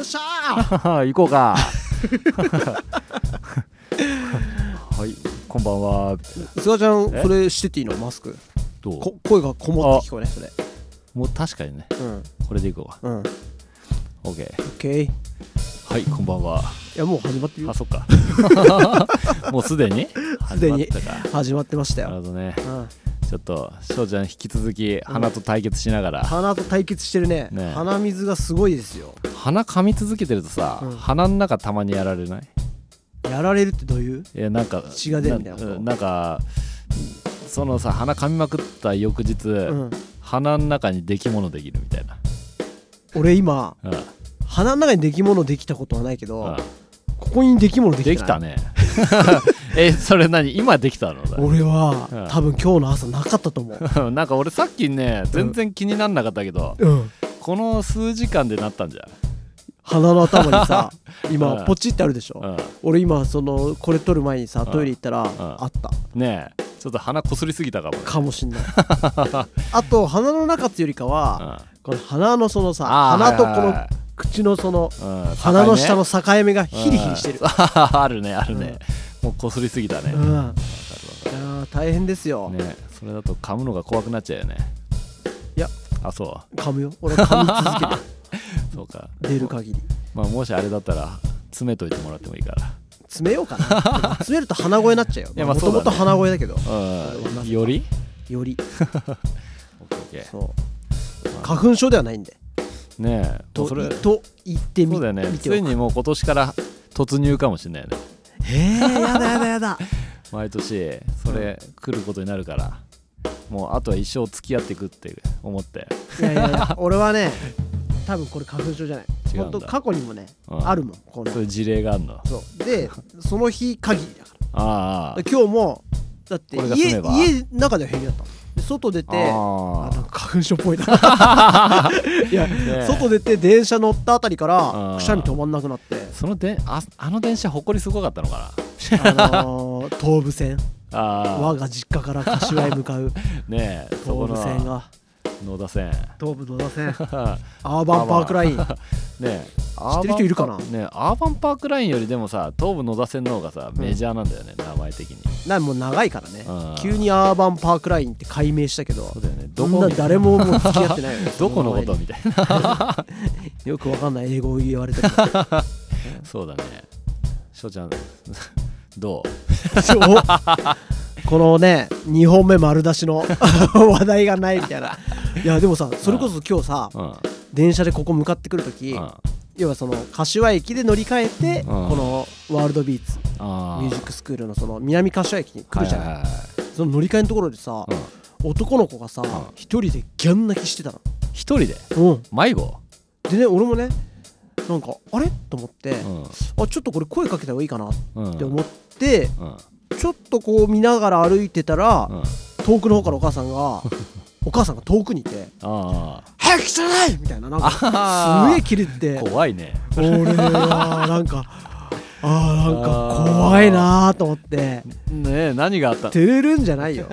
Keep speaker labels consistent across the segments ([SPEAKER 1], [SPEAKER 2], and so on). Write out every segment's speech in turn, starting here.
[SPEAKER 1] っしゃ
[SPEAKER 2] 行こうか はいこんばんは
[SPEAKER 1] ー菅ちゃん
[SPEAKER 2] え
[SPEAKER 1] それしてていいのマスク
[SPEAKER 2] どう
[SPEAKER 1] こ声がこもって聞こえないそれ
[SPEAKER 2] もう確かにね
[SPEAKER 1] うん
[SPEAKER 2] これでいこうか
[SPEAKER 1] うんオッ
[SPEAKER 2] OK
[SPEAKER 1] ケーい
[SPEAKER 2] はいこんばんは
[SPEAKER 1] やもう始まってるよ
[SPEAKER 2] あそっか もうすでに
[SPEAKER 1] すでに
[SPEAKER 2] 始まったか
[SPEAKER 1] 始まってました
[SPEAKER 2] なる
[SPEAKER 1] よ、
[SPEAKER 2] ほどね
[SPEAKER 1] うん、
[SPEAKER 2] ちょっと翔ちゃん引き続き鼻と対決しながら、
[SPEAKER 1] 鼻と対決してるね
[SPEAKER 2] ねえ
[SPEAKER 1] 鼻水がすごいですよ
[SPEAKER 2] 鼻噛み続けてるとさ、
[SPEAKER 1] うん
[SPEAKER 2] 鼻の中たまにやられない
[SPEAKER 1] やられるってどういう
[SPEAKER 2] いやなんか
[SPEAKER 1] 血が出るみたいなこと
[SPEAKER 2] うんなんかそのさ鼻噛みまくった翌日、
[SPEAKER 1] うん
[SPEAKER 2] 鼻の中にできものできるみたいな、
[SPEAKER 1] 俺今
[SPEAKER 2] うん
[SPEAKER 1] 鼻の中に出来物できたことはないけど、
[SPEAKER 2] うん
[SPEAKER 1] ここに出来物できた
[SPEAKER 2] できたね えそれ何今できたの
[SPEAKER 1] 俺は、
[SPEAKER 2] うん
[SPEAKER 1] 多分今日の朝なかったと思う
[SPEAKER 2] なんか俺さっきね全然気になんなかったけど、
[SPEAKER 1] うん
[SPEAKER 2] この数時間でなったんじゃん
[SPEAKER 1] 鼻の頭に さ
[SPEAKER 2] う
[SPEAKER 1] 今
[SPEAKER 2] ん
[SPEAKER 1] ポチってあるでしょ、
[SPEAKER 2] う
[SPEAKER 1] 俺今そのこれ撮る前にさトイレ行ったら、あった
[SPEAKER 2] ん、ねえちょっと鼻こすりすぎたかもね、
[SPEAKER 1] かもしんない あと鼻の中っていうよりかは、
[SPEAKER 2] うん、
[SPEAKER 1] この鼻のそのさ
[SPEAKER 2] あー
[SPEAKER 1] 鼻とこ
[SPEAKER 2] はいはい
[SPEAKER 1] の
[SPEAKER 2] はい
[SPEAKER 1] 口のその
[SPEAKER 2] うん
[SPEAKER 1] 鼻の下
[SPEAKER 2] 境
[SPEAKER 1] の
[SPEAKER 2] 目
[SPEAKER 1] 境目がヒリヒリしてる
[SPEAKER 2] うん あるねあるね、もうこすりすぎたね、
[SPEAKER 1] うん、いやー大変ですよ、
[SPEAKER 2] ねそれだと噛むのが怖くなっちゃうよね
[SPEAKER 1] いや
[SPEAKER 2] あそ
[SPEAKER 1] 噛むよ俺噛み続けて
[SPEAKER 2] うそうか
[SPEAKER 1] 出る限り
[SPEAKER 2] まあもしあれだったら詰めといてもらってもいいから
[SPEAKER 1] 詰めようかな詰めると鼻声になっちゃう
[SPEAKER 2] いや
[SPEAKER 1] よ
[SPEAKER 2] まあ
[SPEAKER 1] もとも
[SPEAKER 2] そうだ
[SPEAKER 1] と
[SPEAKER 2] ね
[SPEAKER 1] 鼻声だけど
[SPEAKER 2] う
[SPEAKER 1] なんぜか
[SPEAKER 2] より
[SPEAKER 1] より
[SPEAKER 2] オッケーオッケー
[SPEAKER 1] そう花粉症ではないんで
[SPEAKER 2] ねえも
[SPEAKER 1] と
[SPEAKER 2] うそれ
[SPEAKER 1] と言ってみ
[SPEAKER 2] そうだよね
[SPEAKER 1] 見て
[SPEAKER 2] つ
[SPEAKER 1] お
[SPEAKER 2] い
[SPEAKER 1] く
[SPEAKER 2] にもう今年から突入かもしれないよね
[SPEAKER 1] えー、やだやだやだ
[SPEAKER 2] 毎年それ来ることになるから、もうあとは一生付き合っていくって思って
[SPEAKER 1] い やいやいや俺はね多分これ花粉症じゃない
[SPEAKER 2] 違うんだ
[SPEAKER 1] 本当過去にもね、
[SPEAKER 2] うん
[SPEAKER 1] あるもんこの
[SPEAKER 2] そういう事例があるのあ
[SPEAKER 1] そうでその日限りだか
[SPEAKER 2] あああ
[SPEAKER 1] ら今日もだって
[SPEAKER 2] これが
[SPEAKER 1] 家
[SPEAKER 2] 済
[SPEAKER 1] 家
[SPEAKER 2] めば
[SPEAKER 1] の中では平気だったので外出てあなんか花粉症っぽいないや、
[SPEAKER 2] ねえ
[SPEAKER 1] 外出て電車乗ったあたりから
[SPEAKER 2] うん
[SPEAKER 1] くしゃみ止まんなくなって
[SPEAKER 2] そのでああの電車埃すごかったのか
[SPEAKER 1] あのー東武線
[SPEAKER 2] なあ
[SPEAKER 1] 我が実家から柏へ向かう
[SPEAKER 2] あねえ そこ
[SPEAKER 1] 東
[SPEAKER 2] の
[SPEAKER 1] 武線が
[SPEAKER 2] 野田線
[SPEAKER 1] 東武野田 線
[SPEAKER 2] ね
[SPEAKER 1] アーバンパークライン
[SPEAKER 2] え
[SPEAKER 1] 知ってる人いるかな
[SPEAKER 2] アーバンパねえアーバンパークラインよりでもさ東武野田線の方がさメジャーなんだよね、名前的に
[SPEAKER 1] なんもう長いからね
[SPEAKER 2] うん
[SPEAKER 1] 急にアーバンパークラインって改名したけど
[SPEAKER 2] そうだよねど
[SPEAKER 1] ど
[SPEAKER 2] こ
[SPEAKER 1] んな誰ももう付き合ってないよね
[SPEAKER 2] どこのこ
[SPEAKER 1] そ
[SPEAKER 2] と
[SPEAKER 1] 前
[SPEAKER 2] みたいな
[SPEAKER 1] によくわかんない英語を言われてるお
[SPEAKER 2] そうだね翔ちゃん どう
[SPEAKER 1] このね2本目丸出しの 話題がないみたいないやでもさそれこそ今日さ
[SPEAKER 2] うんうん
[SPEAKER 1] 電車でここ向かってくるとき
[SPEAKER 2] あ
[SPEAKER 1] 要はその柏駅で乗り換えてこ
[SPEAKER 2] うん
[SPEAKER 1] のワールドビーツ
[SPEAKER 2] あ
[SPEAKER 1] ミュージックスクールのその南柏駅に来るじゃない
[SPEAKER 2] はいはいはい
[SPEAKER 1] その乗り換えのところでさ
[SPEAKER 2] うん
[SPEAKER 1] 男の子がさ一人でギャン泣きしてたの
[SPEAKER 2] 一人で
[SPEAKER 1] うん
[SPEAKER 2] 迷子
[SPEAKER 1] でね俺もねなんかあれと思って、
[SPEAKER 2] う
[SPEAKER 1] あちょっとこれ声かけた方がいいかなっ
[SPEAKER 2] んうん
[SPEAKER 1] て思って、
[SPEAKER 2] うん
[SPEAKER 1] ちょっとこう見ながら歩いてたら、
[SPEAKER 2] うんあ
[SPEAKER 1] 遠くの方からお母さんがお母さんが遠くにいて
[SPEAKER 2] あ
[SPEAKER 1] 「早く来ない!」みたいななんか
[SPEAKER 2] あー
[SPEAKER 1] すげえキレてて
[SPEAKER 2] 怖いね
[SPEAKER 1] 俺はなんかあーなんか怖いなーと思って
[SPEAKER 2] ねえ何があった
[SPEAKER 1] 「
[SPEAKER 2] の
[SPEAKER 1] てるるん」じゃないよ。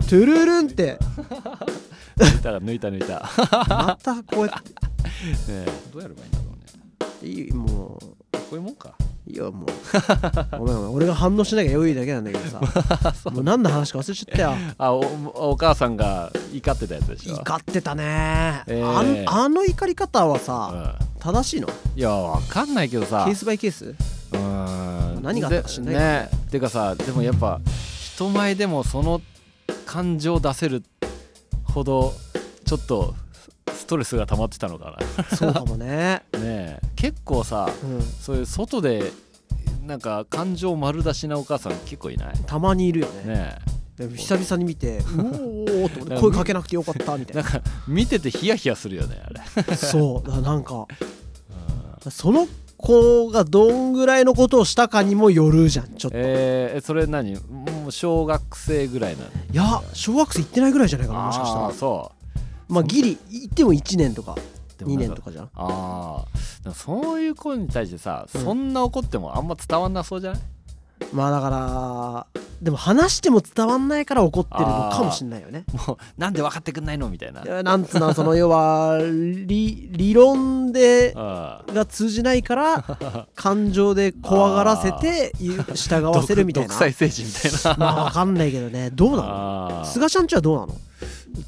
[SPEAKER 1] トゥルルンって
[SPEAKER 2] 抜いた抜いた抜いた
[SPEAKER 1] またこうやっ
[SPEAKER 2] ねえどうやればいいんだろうね
[SPEAKER 1] ていいもう
[SPEAKER 2] こういうもんか
[SPEAKER 1] いやもうごめんごめん俺が反応しなきゃ良いだけなんだけどさもう何の話か忘れちゃったよ
[SPEAKER 2] あおお母さんが怒ってたやつでしょ
[SPEAKER 1] 怒ってたね、
[SPEAKER 2] え
[SPEAKER 1] あ
[SPEAKER 2] ー
[SPEAKER 1] のあの怒り方はさ、
[SPEAKER 2] う
[SPEAKER 1] 正しいのケ
[SPEAKER 2] んいやわかんないけどさ
[SPEAKER 1] ースバイケー ス
[SPEAKER 2] うーん
[SPEAKER 1] 何があったか知んないけど
[SPEAKER 2] ねてかさでもやっぱ人前でもその感情出せるほどちょっとストレスが溜まってたのか
[SPEAKER 1] そうかもね、
[SPEAKER 2] なねえ結構さ
[SPEAKER 1] うん、
[SPEAKER 2] そういう外でなんか感情丸出しなお母さん結構いない
[SPEAKER 1] たまにいるよね
[SPEAKER 2] ね
[SPEAKER 1] でも久々に見 てうおーって思って声かけなくてよかったみ
[SPEAKER 2] え
[SPEAKER 1] たい
[SPEAKER 2] なんか見ててヒヤヒヤするよね あれ
[SPEAKER 1] なそうだからなんかその子がどんぐらいのことをしたかにもよるじゃんちょっと、
[SPEAKER 2] えー、それ何もう小学生ぐらいなの
[SPEAKER 1] いや小学生行ってないぐらいじゃないかなもしかした
[SPEAKER 2] あ
[SPEAKER 1] ら
[SPEAKER 2] ーそう
[SPEAKER 1] まあギリ行っても1年とか
[SPEAKER 2] でも
[SPEAKER 1] 2
[SPEAKER 2] なん
[SPEAKER 1] 年とかじゃん
[SPEAKER 2] ああでもそういう子に対してさ、
[SPEAKER 1] うん
[SPEAKER 2] そんな怒ってもあんま伝わんなそうじゃない
[SPEAKER 1] まあだからでも話しても伝わんないから怒ってるのかもしんないよね
[SPEAKER 2] もうなんで分かってくんないのみたいない
[SPEAKER 1] やなんつうのその要は理理論で
[SPEAKER 2] あ
[SPEAKER 1] が通じない から感情で怖がらせてゆ従
[SPEAKER 2] あ
[SPEAKER 1] わせるみたいな
[SPEAKER 2] 独独裁政治みたいな
[SPEAKER 1] まあわかんないけどねどうなの
[SPEAKER 2] ああ
[SPEAKER 1] 菅ちゃんちはどうなの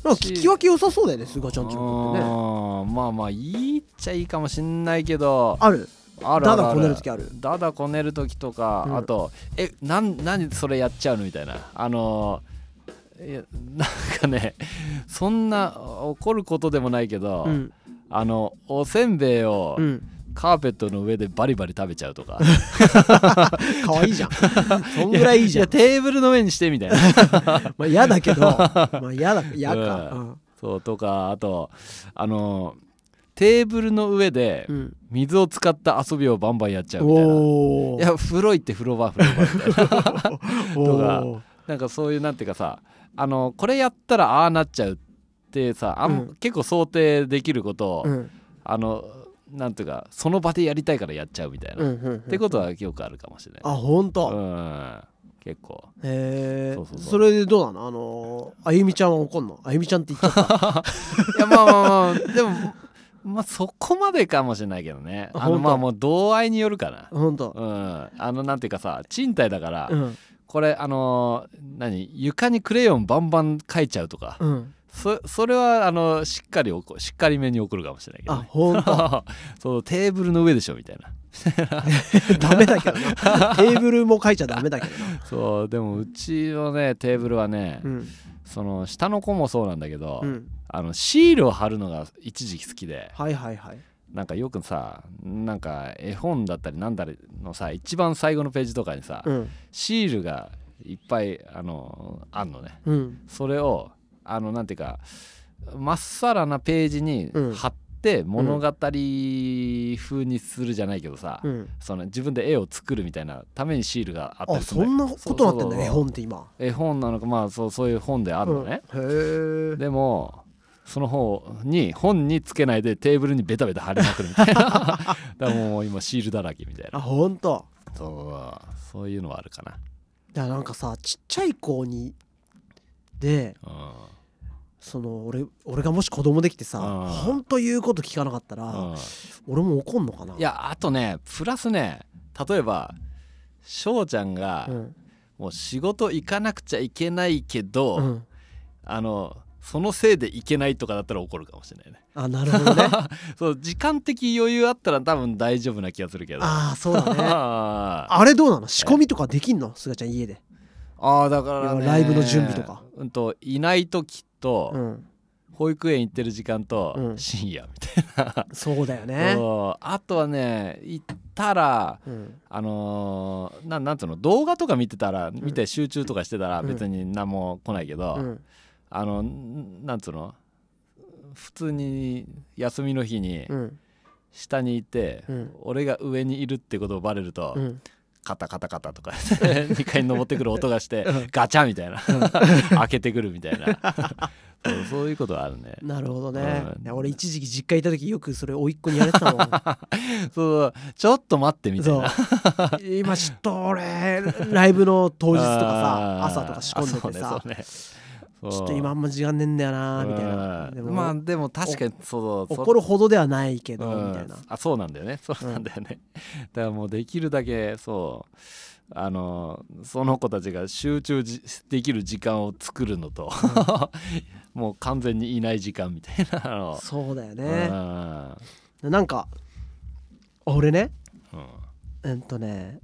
[SPEAKER 1] なんか聞き分け良さそうだよね菅ちゃんちの子ってね
[SPEAKER 2] あーまあまあいいっちゃいいかもしんないけど
[SPEAKER 1] ある
[SPEAKER 2] あるあ
[SPEAKER 1] だ
[SPEAKER 2] る
[SPEAKER 1] だ
[SPEAKER 2] あ
[SPEAKER 1] こ
[SPEAKER 2] る
[SPEAKER 1] ねる時ある
[SPEAKER 2] だだこねる時とか、
[SPEAKER 1] うん
[SPEAKER 2] あと「えなん何それやっちゃうの?」みたいなあのいやなんかねそんな怒ることでもないけど、
[SPEAKER 1] うん
[SPEAKER 2] あのおせんべいを
[SPEAKER 1] うん
[SPEAKER 2] カーペットの上でバリバリ食べちゃう とか、
[SPEAKER 1] 可愛いじゃんそんぐらいいいじゃん
[SPEAKER 2] やテーブルの上にしてみたいな
[SPEAKER 1] まあ嫌だ けどまあ嫌だ嫌か
[SPEAKER 2] う
[SPEAKER 1] うん
[SPEAKER 2] そうとかあとあのテーブルの上で
[SPEAKER 1] うん
[SPEAKER 2] 水を使った遊びをバンバンやっちゃうみたいな。
[SPEAKER 1] おお
[SPEAKER 2] いや風呂行って風呂場風呂場みたいな とか
[SPEAKER 1] おー
[SPEAKER 2] なんかそういうなんていうかさあのこれやったらああなっちゃうってさあん、
[SPEAKER 1] うん
[SPEAKER 2] 結構想定できることを、
[SPEAKER 1] うん
[SPEAKER 2] あのなんていうかその場でやりたいからやっちゃうみたいな、
[SPEAKER 1] うん
[SPEAKER 2] っ
[SPEAKER 1] うんうん
[SPEAKER 2] てことはよくあるかもしれない。
[SPEAKER 1] あ本当
[SPEAKER 2] うん結構
[SPEAKER 1] へえ
[SPEAKER 2] そうそうそう
[SPEAKER 1] それでどうなのあのーあゆみちゃんは怒んのあゆみちゃんって言っちゃった
[SPEAKER 2] いやまあまあまあでもまあそこまでかもしれないけどね
[SPEAKER 1] あ
[SPEAKER 2] あ
[SPEAKER 1] 本
[SPEAKER 2] の
[SPEAKER 1] 当
[SPEAKER 2] まあもう度合いによるか な
[SPEAKER 1] ほんと
[SPEAKER 2] うんあのなんていうかさ賃貸だから、
[SPEAKER 1] うん
[SPEAKER 2] これあのー何床にクレヨンバンバン書いちゃうとか、
[SPEAKER 1] うん
[SPEAKER 2] そそれはあのしっかりおこしっかりめに怒るかもしれないけ
[SPEAKER 1] あ
[SPEAKER 2] ど、ね、
[SPEAKER 1] ほんと
[SPEAKER 2] そうテーブルの上でしょみたいな
[SPEAKER 1] ダメだけど なテーブルも書いちゃダメだけどな
[SPEAKER 2] そうでもうちのねテーブルはね、
[SPEAKER 1] うん
[SPEAKER 2] その下の子もそうなんだけど、
[SPEAKER 1] うん
[SPEAKER 2] あのシールを貼るのが一時期好きで
[SPEAKER 1] はいはいはい
[SPEAKER 2] なんかよくさなんか絵本だったりなんだりのさ一番最後のページとかにさ、
[SPEAKER 1] うん
[SPEAKER 2] シールがいっぱいあのあんのね
[SPEAKER 1] うん
[SPEAKER 2] それをあのなんていうかまっさらなページに
[SPEAKER 1] うん
[SPEAKER 2] 貼って物語風にするじゃないけどさ、
[SPEAKER 1] うん
[SPEAKER 2] その自分で絵を作るみたいなためにシールがあった
[SPEAKER 1] あ
[SPEAKER 2] りする
[SPEAKER 1] そん
[SPEAKER 2] だ
[SPEAKER 1] なことなってん
[SPEAKER 2] そうそうそう
[SPEAKER 1] だ絵本って今
[SPEAKER 2] 絵本なのかまあそうそういう本であるのね、
[SPEAKER 1] うんへえ
[SPEAKER 2] でもその方に本につけないでテーブルにベタベタ貼りまくるみた いなだからもう今シールだらけみたい
[SPEAKER 1] あ
[SPEAKER 2] な
[SPEAKER 1] ほんと
[SPEAKER 2] そうそういうのはあるかな、
[SPEAKER 1] いやなんかさちっちゃい子にで
[SPEAKER 2] う
[SPEAKER 1] その俺俺がもし子供できてさ
[SPEAKER 2] うん
[SPEAKER 1] ほんと言うこと聞かなかった
[SPEAKER 2] ん
[SPEAKER 1] ら
[SPEAKER 2] うん、
[SPEAKER 1] 俺も怒んのかない
[SPEAKER 2] やあとねプラスね例えば翔ちゃんが
[SPEAKER 1] うん
[SPEAKER 2] もう仕事行かなくちゃいけないけど、
[SPEAKER 1] うん
[SPEAKER 2] あのそのせいで行けないとかだったら怒るかもしれないね
[SPEAKER 1] あなるほどね
[SPEAKER 2] そう時間的余裕あったら多分大丈夫な気がするけどあ
[SPEAKER 1] あ あそうだね
[SPEAKER 2] あ
[SPEAKER 1] あれどうな の仕込みとかできんのすがちゃん家で。
[SPEAKER 2] あーだから、ね、
[SPEAKER 1] ライブの準備とか、
[SPEAKER 2] うん、といない時と、
[SPEAKER 1] うん。
[SPEAKER 2] 保育園行ってる時間と、
[SPEAKER 1] うん
[SPEAKER 2] 深夜みたい
[SPEAKER 1] そうだよ
[SPEAKER 2] な、
[SPEAKER 1] ね。
[SPEAKER 2] そうあとはね行ったら
[SPEAKER 1] うん。
[SPEAKER 2] あのー、ななんていうの動画とか見てたら見て集中とかしてたら
[SPEAKER 1] うん
[SPEAKER 2] 別に何も来ないけど、
[SPEAKER 1] うん。
[SPEAKER 2] あのんなんつうの普通に休みの日に
[SPEAKER 1] うん。
[SPEAKER 2] 下にいて、
[SPEAKER 1] うん
[SPEAKER 2] 俺が上にいるってことをバレると、
[SPEAKER 1] うん。
[SPEAKER 2] カタカタカタ とか2階に登ってくる音がしてガチャみたいな 開けてくるみたいなそうそういうことはあるね
[SPEAKER 1] なるほどね
[SPEAKER 2] う。ん
[SPEAKER 1] いや俺一時期実家いた時よくそれ甥っ子にやれて たもん。
[SPEAKER 2] そうちょっと待ってみたい
[SPEAKER 1] そう
[SPEAKER 2] な。
[SPEAKER 1] 今ちょっと俺ライブの当日とかさ
[SPEAKER 2] あー
[SPEAKER 1] 朝とか仕込んでて
[SPEAKER 2] あ
[SPEAKER 1] さ
[SPEAKER 2] そうねそうね
[SPEAKER 1] ち
[SPEAKER 2] そう
[SPEAKER 1] ょっと今あんま時間ねえんだよなみたいな。
[SPEAKER 2] うん
[SPEAKER 1] でも
[SPEAKER 2] まあでも確かにそうそう
[SPEAKER 1] 怒るほどではないけど
[SPEAKER 2] うん
[SPEAKER 1] みたいな。
[SPEAKER 2] あそうなんだよねそうなんだよね、 だからもうできるだけそうあのその子たちが集中じできる時間を作るのと、 もう完全にいない時間みたいなの
[SPEAKER 1] そうだよ
[SPEAKER 2] う
[SPEAKER 1] ね。
[SPEAKER 2] ん
[SPEAKER 1] なんか俺ね
[SPEAKER 2] うん
[SPEAKER 1] えっとね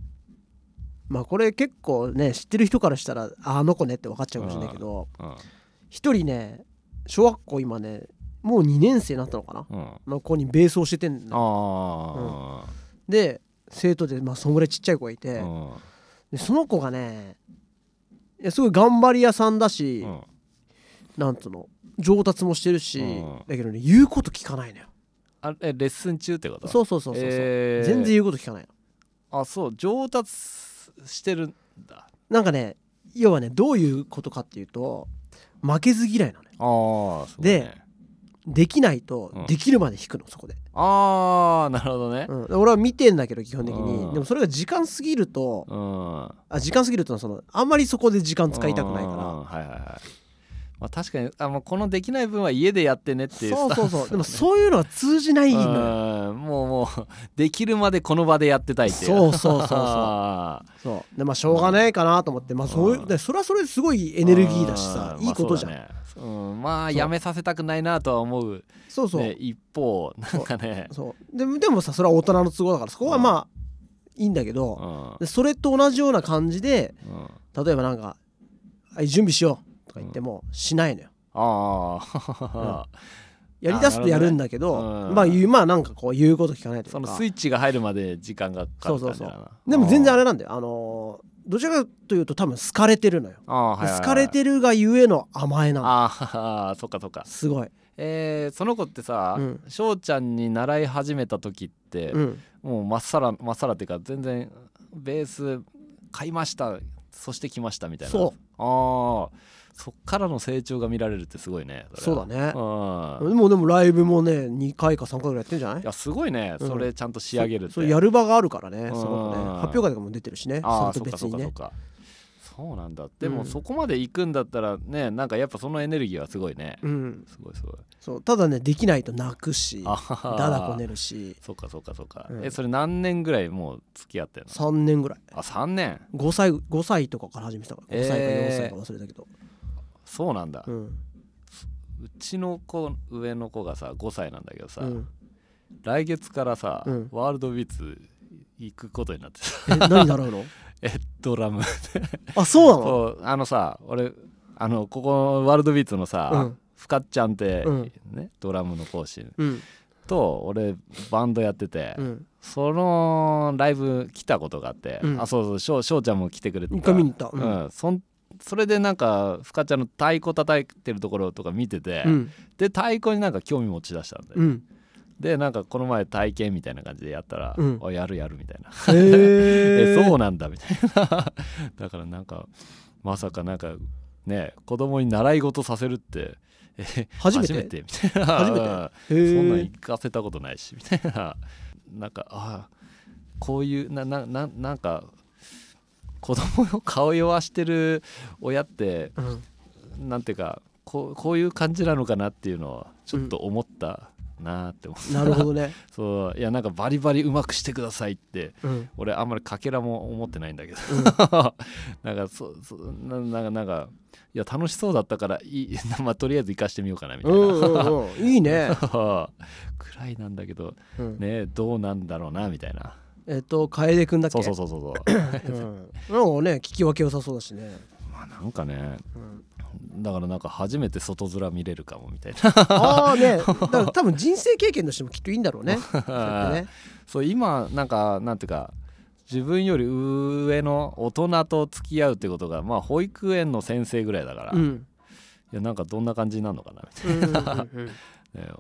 [SPEAKER 1] まあこれ結構ね知ってる人からしたらああの子ねって分かっちゃうかもしれないけど
[SPEAKER 2] うん
[SPEAKER 1] 一人ね小学校今ねもう2年生になったのかな
[SPEAKER 2] うん
[SPEAKER 1] の子にベースを教えてんの
[SPEAKER 2] あ
[SPEAKER 1] で生徒でまあそんぐらいちっちゃい子がい
[SPEAKER 2] ー
[SPEAKER 1] て
[SPEAKER 2] うん
[SPEAKER 1] でその子がねいやすごい頑張り屋さんだ
[SPEAKER 2] う
[SPEAKER 1] し
[SPEAKER 2] ん
[SPEAKER 1] なんつうの上達もしてるし
[SPEAKER 2] うん
[SPEAKER 1] だけどね言うこと聞かないのよ
[SPEAKER 2] あえレッスン中ってこと
[SPEAKER 1] そうそうそうそうそう
[SPEAKER 2] えー
[SPEAKER 1] 全然言うこと聞かないの
[SPEAKER 2] あそう上達してるんだ
[SPEAKER 1] なんかね要はねどういうことかっていうと負けず嫌いなのよ
[SPEAKER 2] ああ
[SPEAKER 1] でできないと
[SPEAKER 2] うん
[SPEAKER 1] できるまで弾くのそこで、
[SPEAKER 2] ああなるほどね
[SPEAKER 1] うん、俺は見てんだけど基本的
[SPEAKER 2] うん
[SPEAKER 1] にでもそれが時間過ぎると
[SPEAKER 2] うん、
[SPEAKER 1] あ時間過ぎるとそのあんまりそこで時間使いたくない
[SPEAKER 2] うん
[SPEAKER 1] か
[SPEAKER 2] はいはいはいまあ確かにあもうこのできない分は家でやってねっ
[SPEAKER 1] ら
[SPEAKER 2] ていう
[SPEAKER 1] そうそうそうでも
[SPEAKER 2] う
[SPEAKER 1] そういうのは通じないのよ
[SPEAKER 2] うんもうもう できるまでこの場でやってたいっていう
[SPEAKER 1] そうそうそうそう
[SPEAKER 2] あー
[SPEAKER 1] そうでまあしょうがないかなと思ってまあそういう
[SPEAKER 2] うん
[SPEAKER 1] でそれはそれですごいエネルギーだしさ
[SPEAKER 2] うん
[SPEAKER 1] いいことじゃん、
[SPEAKER 2] まあそうだねうんまあ
[SPEAKER 1] そう
[SPEAKER 2] やめさせたくないなとは思う
[SPEAKER 1] そうそう
[SPEAKER 2] ね一方なんかね
[SPEAKER 1] そうでもでもさそれは大人の都合だからそこはまあいいんだけ
[SPEAKER 2] う
[SPEAKER 1] ど
[SPEAKER 2] ん
[SPEAKER 1] でそれと同じような感じで
[SPEAKER 2] うん
[SPEAKER 1] 例えばなんか「はい準備しよう」とか言ってもしないのよ
[SPEAKER 2] ああ、
[SPEAKER 1] やりだすとやるんだけど
[SPEAKER 2] あなるほどねうん
[SPEAKER 1] まあ言うまあなんかこう言うこと聞かないという
[SPEAKER 2] その
[SPEAKER 1] か
[SPEAKER 2] スイッチが入るまで時間がかかる感じだな
[SPEAKER 1] そうでも全然あ
[SPEAKER 2] れ
[SPEAKER 1] れなんだよあのーどちらかというと多分好かれてるのよ
[SPEAKER 2] ああ、はいはいはい
[SPEAKER 1] 好かれてるがゆえの甘えなの
[SPEAKER 2] ああ そっかそっか
[SPEAKER 1] すごい
[SPEAKER 2] えーその子ってさ
[SPEAKER 1] うん
[SPEAKER 2] 翔、ちゃんに習い始めた時って、
[SPEAKER 1] うん
[SPEAKER 2] もうまっさらまっさらっていうか全然ベース買いましたそして来ましたみたいな
[SPEAKER 1] そう
[SPEAKER 2] ああそっからの成長が見られるってすごいね
[SPEAKER 1] そうだ
[SPEAKER 2] ね
[SPEAKER 1] ね
[SPEAKER 2] うん
[SPEAKER 1] でもでもライブもね2回か3回ぐらいやってんじゃない
[SPEAKER 2] いやすごいね、
[SPEAKER 1] うん
[SPEAKER 2] それちゃんと仕上げるって
[SPEAKER 1] そうやる場があるからね
[SPEAKER 2] うん
[SPEAKER 1] すごくね発表会とかも出てるしね
[SPEAKER 2] ああ
[SPEAKER 1] そ
[SPEAKER 2] そ
[SPEAKER 1] れ
[SPEAKER 2] っ
[SPEAKER 1] と
[SPEAKER 2] か
[SPEAKER 1] 別
[SPEAKER 2] そっ
[SPEAKER 1] に
[SPEAKER 2] かそっ
[SPEAKER 1] ね
[SPEAKER 2] かそうなんだで
[SPEAKER 1] う
[SPEAKER 2] も、
[SPEAKER 1] ん
[SPEAKER 2] そこまで行くんだったらねなんかやっぱそのエネルギーはすごいね、
[SPEAKER 1] うん
[SPEAKER 2] すごいすごい
[SPEAKER 1] そうただねできないと泣くし
[SPEAKER 2] あはは
[SPEAKER 1] だだこねるし
[SPEAKER 2] そっかそっかそっか、
[SPEAKER 1] うん
[SPEAKER 2] えそれ何年ぐらいもう付き合ってんの
[SPEAKER 1] 3年ぐらい
[SPEAKER 2] あ三3年
[SPEAKER 1] 5歳5歳とかから始めてたから5歳か
[SPEAKER 2] えー
[SPEAKER 1] 4歳か忘れたけど、
[SPEAKER 2] そうなんだ、う
[SPEAKER 1] うん
[SPEAKER 2] ちの子上の子がさ5歳なんだけどさ、
[SPEAKER 1] うん、
[SPEAKER 2] 来月からさ、
[SPEAKER 1] うん
[SPEAKER 2] ワールドビーツ行くことになってさ
[SPEAKER 1] え何習うの
[SPEAKER 2] えドラム
[SPEAKER 1] あそうなの
[SPEAKER 2] そうあのさ俺あのここワールドビーツのさ、
[SPEAKER 1] うん
[SPEAKER 2] ふかっちゃんって、
[SPEAKER 1] うん
[SPEAKER 2] ね、ドラムの講師
[SPEAKER 1] うん
[SPEAKER 2] と俺バンドやってて、
[SPEAKER 1] うん
[SPEAKER 2] そのライブ来たことがあって、
[SPEAKER 1] うん
[SPEAKER 2] あそうそうしょうしょうちゃんも来てくれて
[SPEAKER 1] 一
[SPEAKER 2] た
[SPEAKER 1] 回見に行った
[SPEAKER 2] うんそんそれでなんかふかちゃんの太鼓叩いてるところとか見てて、
[SPEAKER 1] うん
[SPEAKER 2] で太鼓になんか興味持ち出したんで、
[SPEAKER 1] うん
[SPEAKER 2] でなんかこの前体験みたいな感じでやったら「
[SPEAKER 1] うん
[SPEAKER 2] あやるやる」みたいな
[SPEAKER 1] へ
[SPEAKER 2] 「え
[SPEAKER 1] え
[SPEAKER 2] そうなんだ」みたいな だからなんかまさかなんかね子供に習い事させるってえ
[SPEAKER 1] 初めて
[SPEAKER 2] みたいな
[SPEAKER 1] 初めてそ
[SPEAKER 2] うんそんなん行かせたことないしみたいな なんかああこういうななななんか子供を顔弱してる親って
[SPEAKER 1] うん、
[SPEAKER 2] なんていうかこうこういう感じなのかなっていうのをちょっと思ったなって思う、
[SPEAKER 1] なるほどね、
[SPEAKER 2] そういやなんかバリバリうまくしてくださいって
[SPEAKER 1] うん
[SPEAKER 2] 俺あんまりかけらも思 ってないんだけど、
[SPEAKER 1] うん
[SPEAKER 2] なんかそそななんかなんかいや楽しそうだったからい い、まあ、とりあえず行かしてみようかなみた
[SPEAKER 1] う
[SPEAKER 2] いな、
[SPEAKER 1] んうんうんいい ね、
[SPEAKER 2] くらいなんだけど
[SPEAKER 1] うん
[SPEAKER 2] ねどうなんだろうなみたいな
[SPEAKER 1] えっと楓君だっけ
[SPEAKER 2] そうそうそうそうそう
[SPEAKER 1] うん、なんかね聞き分け良さそうだしね、
[SPEAKER 2] まあなんかね
[SPEAKER 1] うん、
[SPEAKER 2] だからなんか初めて外面見れるかもみたいな
[SPEAKER 1] ああねだから多分人生経験としてもきっといいんだろう ねそうやってね
[SPEAKER 2] そう今なんかなんていうか自分より上の大人と付き合うってことがまあ保育園の先生ぐらいだから、
[SPEAKER 1] う
[SPEAKER 2] い
[SPEAKER 1] ん
[SPEAKER 2] やなんかどんな感じになるのかなみ
[SPEAKER 1] うんうん うんうん
[SPEAKER 2] たいなね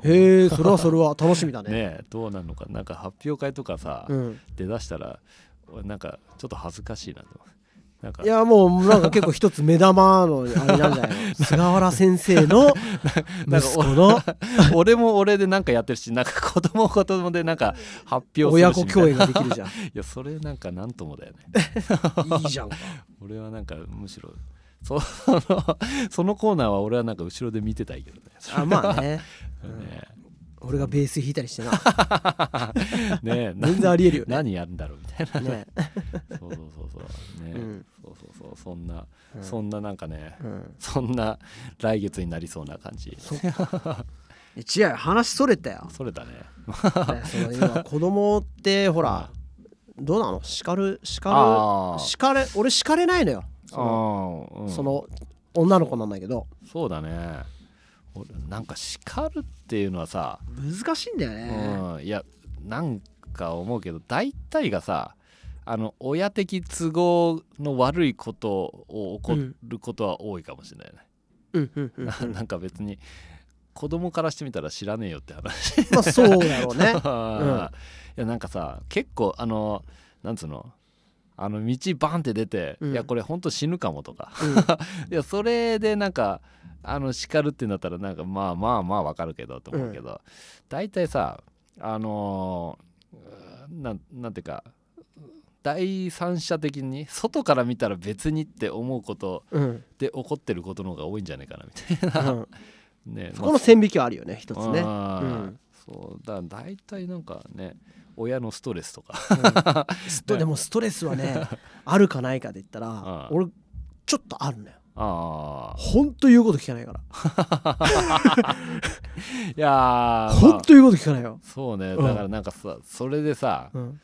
[SPEAKER 1] へえそれはそれは楽しみだね
[SPEAKER 2] ねどうなるのかなんか発表会とかさ、
[SPEAKER 1] うん、
[SPEAKER 2] 出だしたら俺なんかちょっと恥ずかしいなとなんか
[SPEAKER 1] いやもうなんか結構一つ目玉のあれなんじゃないの 菅原先生の
[SPEAKER 2] なん
[SPEAKER 1] 息子
[SPEAKER 2] か
[SPEAKER 1] の
[SPEAKER 2] 俺も俺でなんかやってるしなんか子供は子供でなんか発表するし
[SPEAKER 1] 親子共
[SPEAKER 2] み
[SPEAKER 1] 演ができるじゃん
[SPEAKER 2] たいないやそれなんかなんともだよね
[SPEAKER 1] いいじゃんか
[SPEAKER 2] 俺はなんかむしろそその そのコーナーは俺はなんか後ろで見てたいけどね
[SPEAKER 1] あまあね
[SPEAKER 2] ね
[SPEAKER 1] 俺がベース弾いたりしてな
[SPEAKER 2] ねな
[SPEAKER 1] 全然ありえるよね
[SPEAKER 2] 何やるんだろうみたい
[SPEAKER 1] ね
[SPEAKER 2] なそうそうそうそうね、
[SPEAKER 1] うん
[SPEAKER 2] そうそうそうそんな、
[SPEAKER 1] うん
[SPEAKER 2] そんななんかね
[SPEAKER 1] うん
[SPEAKER 2] そんな来月になりそうな感じ
[SPEAKER 1] そっかいや違うよ話それたよ、ね
[SPEAKER 2] それだね
[SPEAKER 1] その今子供ってほらどうなの叱る叱
[SPEAKER 2] あ
[SPEAKER 1] る
[SPEAKER 2] ー
[SPEAKER 1] 叱れ俺叱れないのよそ
[SPEAKER 2] あ
[SPEAKER 1] の
[SPEAKER 2] ーうん
[SPEAKER 1] その女の子なんだけど
[SPEAKER 2] そうだね俺なんか叱るっていうのはさ、
[SPEAKER 1] 難しいんだよね
[SPEAKER 2] うん、いやなんか思うけど大体がさあの親的都合の悪いことを起こることは多いかもしれないね、
[SPEAKER 1] うんうんうんうん
[SPEAKER 2] なんか別に子供からしてみたら知らねえよって話、
[SPEAKER 1] まあそうだ ろうね
[SPEAKER 2] いやなんかさ結構あのなんつうのあの道バンって出て、
[SPEAKER 1] うん
[SPEAKER 2] いやこれほんと死ぬかもとか
[SPEAKER 1] うん
[SPEAKER 2] いやそれでなんかあの叱るってなったらなんかまあまあまあわかるけどと思うけど、大体さあのーなんなんていうか第三者的に外から見たら別にって思うこと
[SPEAKER 1] うん
[SPEAKER 2] で怒ってることの方が多いんじゃないかなみたいな、
[SPEAKER 1] うん
[SPEAKER 2] ね
[SPEAKER 1] そこの線引きはあるよね一つね
[SPEAKER 2] あー
[SPEAKER 1] うん
[SPEAKER 2] そうだ大体なんかね親のストレスとか
[SPEAKER 1] ス トでもストレスはね あるかないかで言ったら
[SPEAKER 2] うん
[SPEAKER 1] 俺ちょっとあるのよ
[SPEAKER 2] ああ
[SPEAKER 1] ほんと言うこと聞かないから
[SPEAKER 2] いやー、まあ
[SPEAKER 1] ほんと言うこと聞かないよ、
[SPEAKER 2] そう
[SPEAKER 1] う
[SPEAKER 2] ね
[SPEAKER 1] ん
[SPEAKER 2] だからなんかさ、それでさ
[SPEAKER 1] うん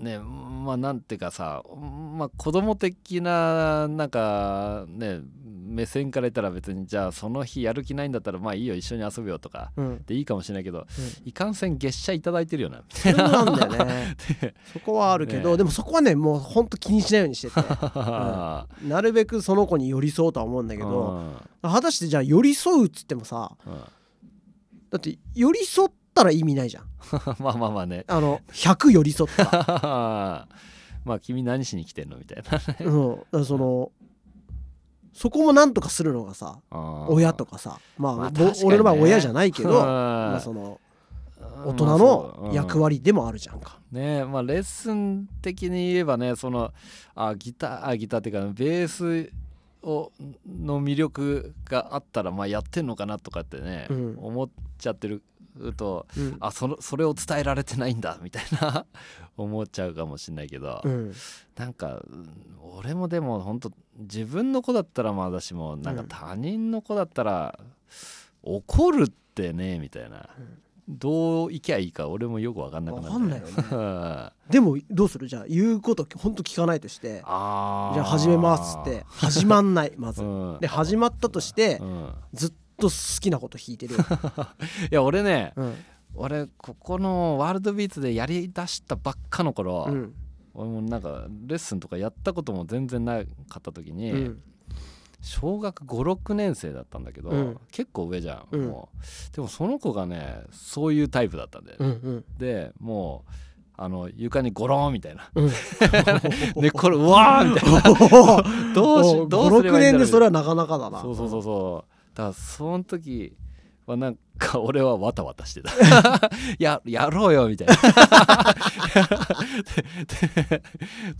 [SPEAKER 2] ねまあなんていうかさ、まあ、子供的ななんかね目線から言ったら別にじゃあその日やる気ないんだったらまあいいよ一緒に遊ぶよとか
[SPEAKER 1] うん、
[SPEAKER 2] でいいかもしれないけどいかんせん月謝いただいてるよな
[SPEAKER 1] それもなんだよ ねそこはあるけど、
[SPEAKER 2] ね
[SPEAKER 1] でもそこはねもうほんと気にしないようにして て
[SPEAKER 2] だ
[SPEAKER 1] なるべくその子に寄り添おうとは思うんだけど果たしてじゃあ寄り添うっつってもさだって寄り添ったら意味ないじゃん
[SPEAKER 2] まあまあ まあね
[SPEAKER 1] あの100寄り添ったら、
[SPEAKER 2] まあ君何しに来てんのみたいな
[SPEAKER 1] うん、だからそのそこもなんとかするのがさ親とかさまあ、
[SPEAKER 2] まあ
[SPEAKER 1] ぼ
[SPEAKER 2] 確かにね
[SPEAKER 1] 俺の場合親じゃないけど、ま
[SPEAKER 2] ま
[SPEAKER 1] あ、その大人の役割でもあるじゃんか。
[SPEAKER 2] ねえまあレッスン的に言えばねそのあギターあギターっていうかベースをの魅力があったらまあやってんのかなとかってね、
[SPEAKER 1] うん
[SPEAKER 2] 思っちゃってると
[SPEAKER 1] うん
[SPEAKER 2] あそのそれを伝えられてないんだみたいな 思っちゃうかもしれないけど、
[SPEAKER 1] うん
[SPEAKER 2] なんかうん俺もでも本当自分の子だったらまだしもなんか
[SPEAKER 1] うん
[SPEAKER 2] 他人の子だったら怒るってねみたいな、どういきゃいいか俺もよく分かんなくな
[SPEAKER 1] わかんないよね
[SPEAKER 2] あ
[SPEAKER 1] でもどうするじゃあ言うことほんと聞かないとしてじ
[SPEAKER 2] あ
[SPEAKER 1] ゃあ始めますっ、て始まんないまず
[SPEAKER 2] う。ん、
[SPEAKER 1] で始まったとして
[SPEAKER 2] うん、
[SPEAKER 1] ずっと好きなこと弾い てるよ。
[SPEAKER 2] いや俺ね
[SPEAKER 1] うん
[SPEAKER 2] 俺ここのワールドビーツでやりだしたばっかの頃、
[SPEAKER 1] うん
[SPEAKER 2] 俺もなんかレッスンとかやったことも全然なかった時に、
[SPEAKER 1] うん
[SPEAKER 2] 小学56年生だったんだけど、
[SPEAKER 1] うん
[SPEAKER 2] 結構上じゃん、
[SPEAKER 1] うん
[SPEAKER 2] もうでもその子がねそういうタイプだったんだよ
[SPEAKER 1] う
[SPEAKER 2] ね、
[SPEAKER 1] ん
[SPEAKER 2] でもうあの床にゴロンみたいな
[SPEAKER 1] うん
[SPEAKER 2] 寝っ転ぶうわーみたいなどうしどうすれ
[SPEAKER 1] 56
[SPEAKER 2] ばいい
[SPEAKER 1] 年
[SPEAKER 2] んだろ
[SPEAKER 1] で
[SPEAKER 2] う
[SPEAKER 1] それはなかなかだな。
[SPEAKER 2] そうそうそうそうだからその時はなんか俺はわたわたし てたややろうよみたいなでで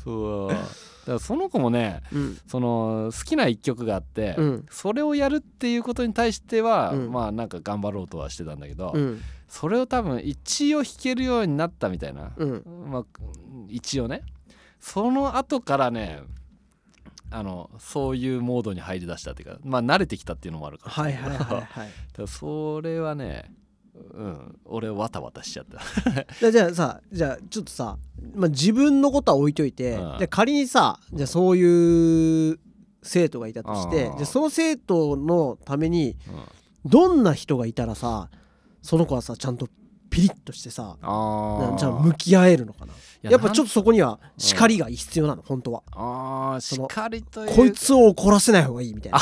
[SPEAKER 2] そうだからその子もね
[SPEAKER 1] うん
[SPEAKER 2] その好きな一曲があって、
[SPEAKER 1] うん
[SPEAKER 2] それをやるっていうことに対しては、
[SPEAKER 1] うん
[SPEAKER 2] まあなんか頑張ろうとはしてたんだけど、
[SPEAKER 1] うん
[SPEAKER 2] それを多分一応弾けるようになったみたいな、
[SPEAKER 1] うん
[SPEAKER 2] まあ一応ねその後からねあのそういうモードに入りだしたっていうかまあ慣れてきたっていうのもあるから,、
[SPEAKER 1] はい はいはいはい。
[SPEAKER 2] それはねうん俺わたわたしちゃった
[SPEAKER 1] じゃあじゃあさじゃあちょっとさ、まあ、自分のことは置いといて、
[SPEAKER 2] うん
[SPEAKER 1] じゃあ仮にさじゃあそういう生徒がいたとして、
[SPEAKER 2] うん
[SPEAKER 1] じゃあその生徒のためにどんな人がいたらさその子はさちゃんとピリッとしてさ
[SPEAKER 2] あ
[SPEAKER 1] なじゃあ向き合えるのかなやっぱちょっ
[SPEAKER 2] と
[SPEAKER 1] とそこには叱りが必要なの本当は。
[SPEAKER 2] ああし
[SPEAKER 1] その
[SPEAKER 2] っかりという
[SPEAKER 1] こいつを怒らせない方がいいみたいな。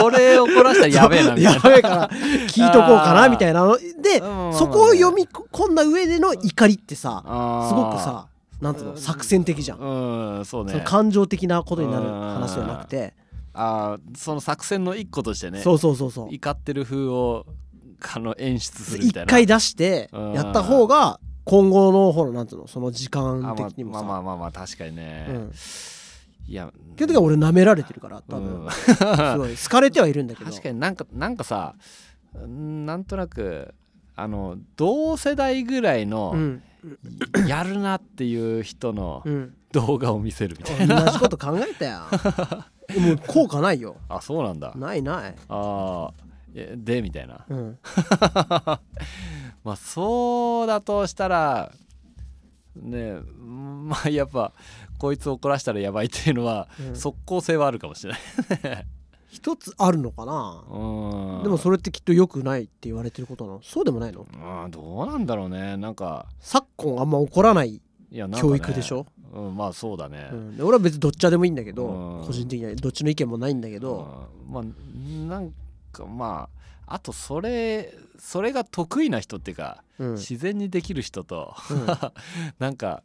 [SPEAKER 2] これ怒 らしたらやべえなみたいな
[SPEAKER 1] やべえから聞いとこうかなみたいなので
[SPEAKER 2] うん
[SPEAKER 1] そこを読み込んだ上での怒りってさ
[SPEAKER 2] あー
[SPEAKER 1] すごくさなんつうの作戦的じゃん、
[SPEAKER 2] うんそ
[SPEAKER 1] そ
[SPEAKER 2] う
[SPEAKER 1] の
[SPEAKER 2] ね
[SPEAKER 1] 感情的なことになる話ではなくて、
[SPEAKER 2] あーその作戦の一個としてね
[SPEAKER 1] そうそうそうそう
[SPEAKER 2] 怒ってる風をあの演出するみたい
[SPEAKER 1] 一
[SPEAKER 2] な
[SPEAKER 1] 回出して
[SPEAKER 2] うん
[SPEAKER 1] やった方が今後のほらなんつうのその時間
[SPEAKER 2] あ
[SPEAKER 1] 的にも
[SPEAKER 2] まあ
[SPEAKER 1] さ、
[SPEAKER 2] まあまあまあまあ確かにね、
[SPEAKER 1] うん、
[SPEAKER 2] いや
[SPEAKER 1] 基本的には俺舐められてるから多分、
[SPEAKER 2] うん
[SPEAKER 1] すごい好かれてはいるんだけど
[SPEAKER 2] 確かになんかなんかさうんなんとなくあの同世代ぐらいの、
[SPEAKER 1] うん
[SPEAKER 2] やるなっていう人の
[SPEAKER 1] うん、
[SPEAKER 2] 動画を見せるみたいな、
[SPEAKER 1] 同じこと考えた よもう効果ないよ
[SPEAKER 2] あそうなんだ
[SPEAKER 1] ないない、
[SPEAKER 2] あーえでみたいな
[SPEAKER 1] うん、
[SPEAKER 2] まあそうだとしたらねえうんまあやっぱこいつ怒らしたらやばいっていうのは、
[SPEAKER 1] うん
[SPEAKER 2] 即効性はあるかもしれない
[SPEAKER 1] 一つあるのかな
[SPEAKER 2] うん
[SPEAKER 1] でもそれってきっと良くないって言われてることなのそうでもないの
[SPEAKER 2] うんどうなんだろうねなんか
[SPEAKER 1] 昨今あんま怒らない、
[SPEAKER 2] いやなんか、ね、
[SPEAKER 1] 教育でしょ、
[SPEAKER 2] うん、まあそうだね、
[SPEAKER 1] うん、で俺は別にどっちでもいいんだけど
[SPEAKER 2] うん
[SPEAKER 1] 個人的にはどっちの意見もないんだけど
[SPEAKER 2] うんまあなんかまああとそれそれが得意な人っていうか、
[SPEAKER 1] うん、うん
[SPEAKER 2] 自然にできる人と なんか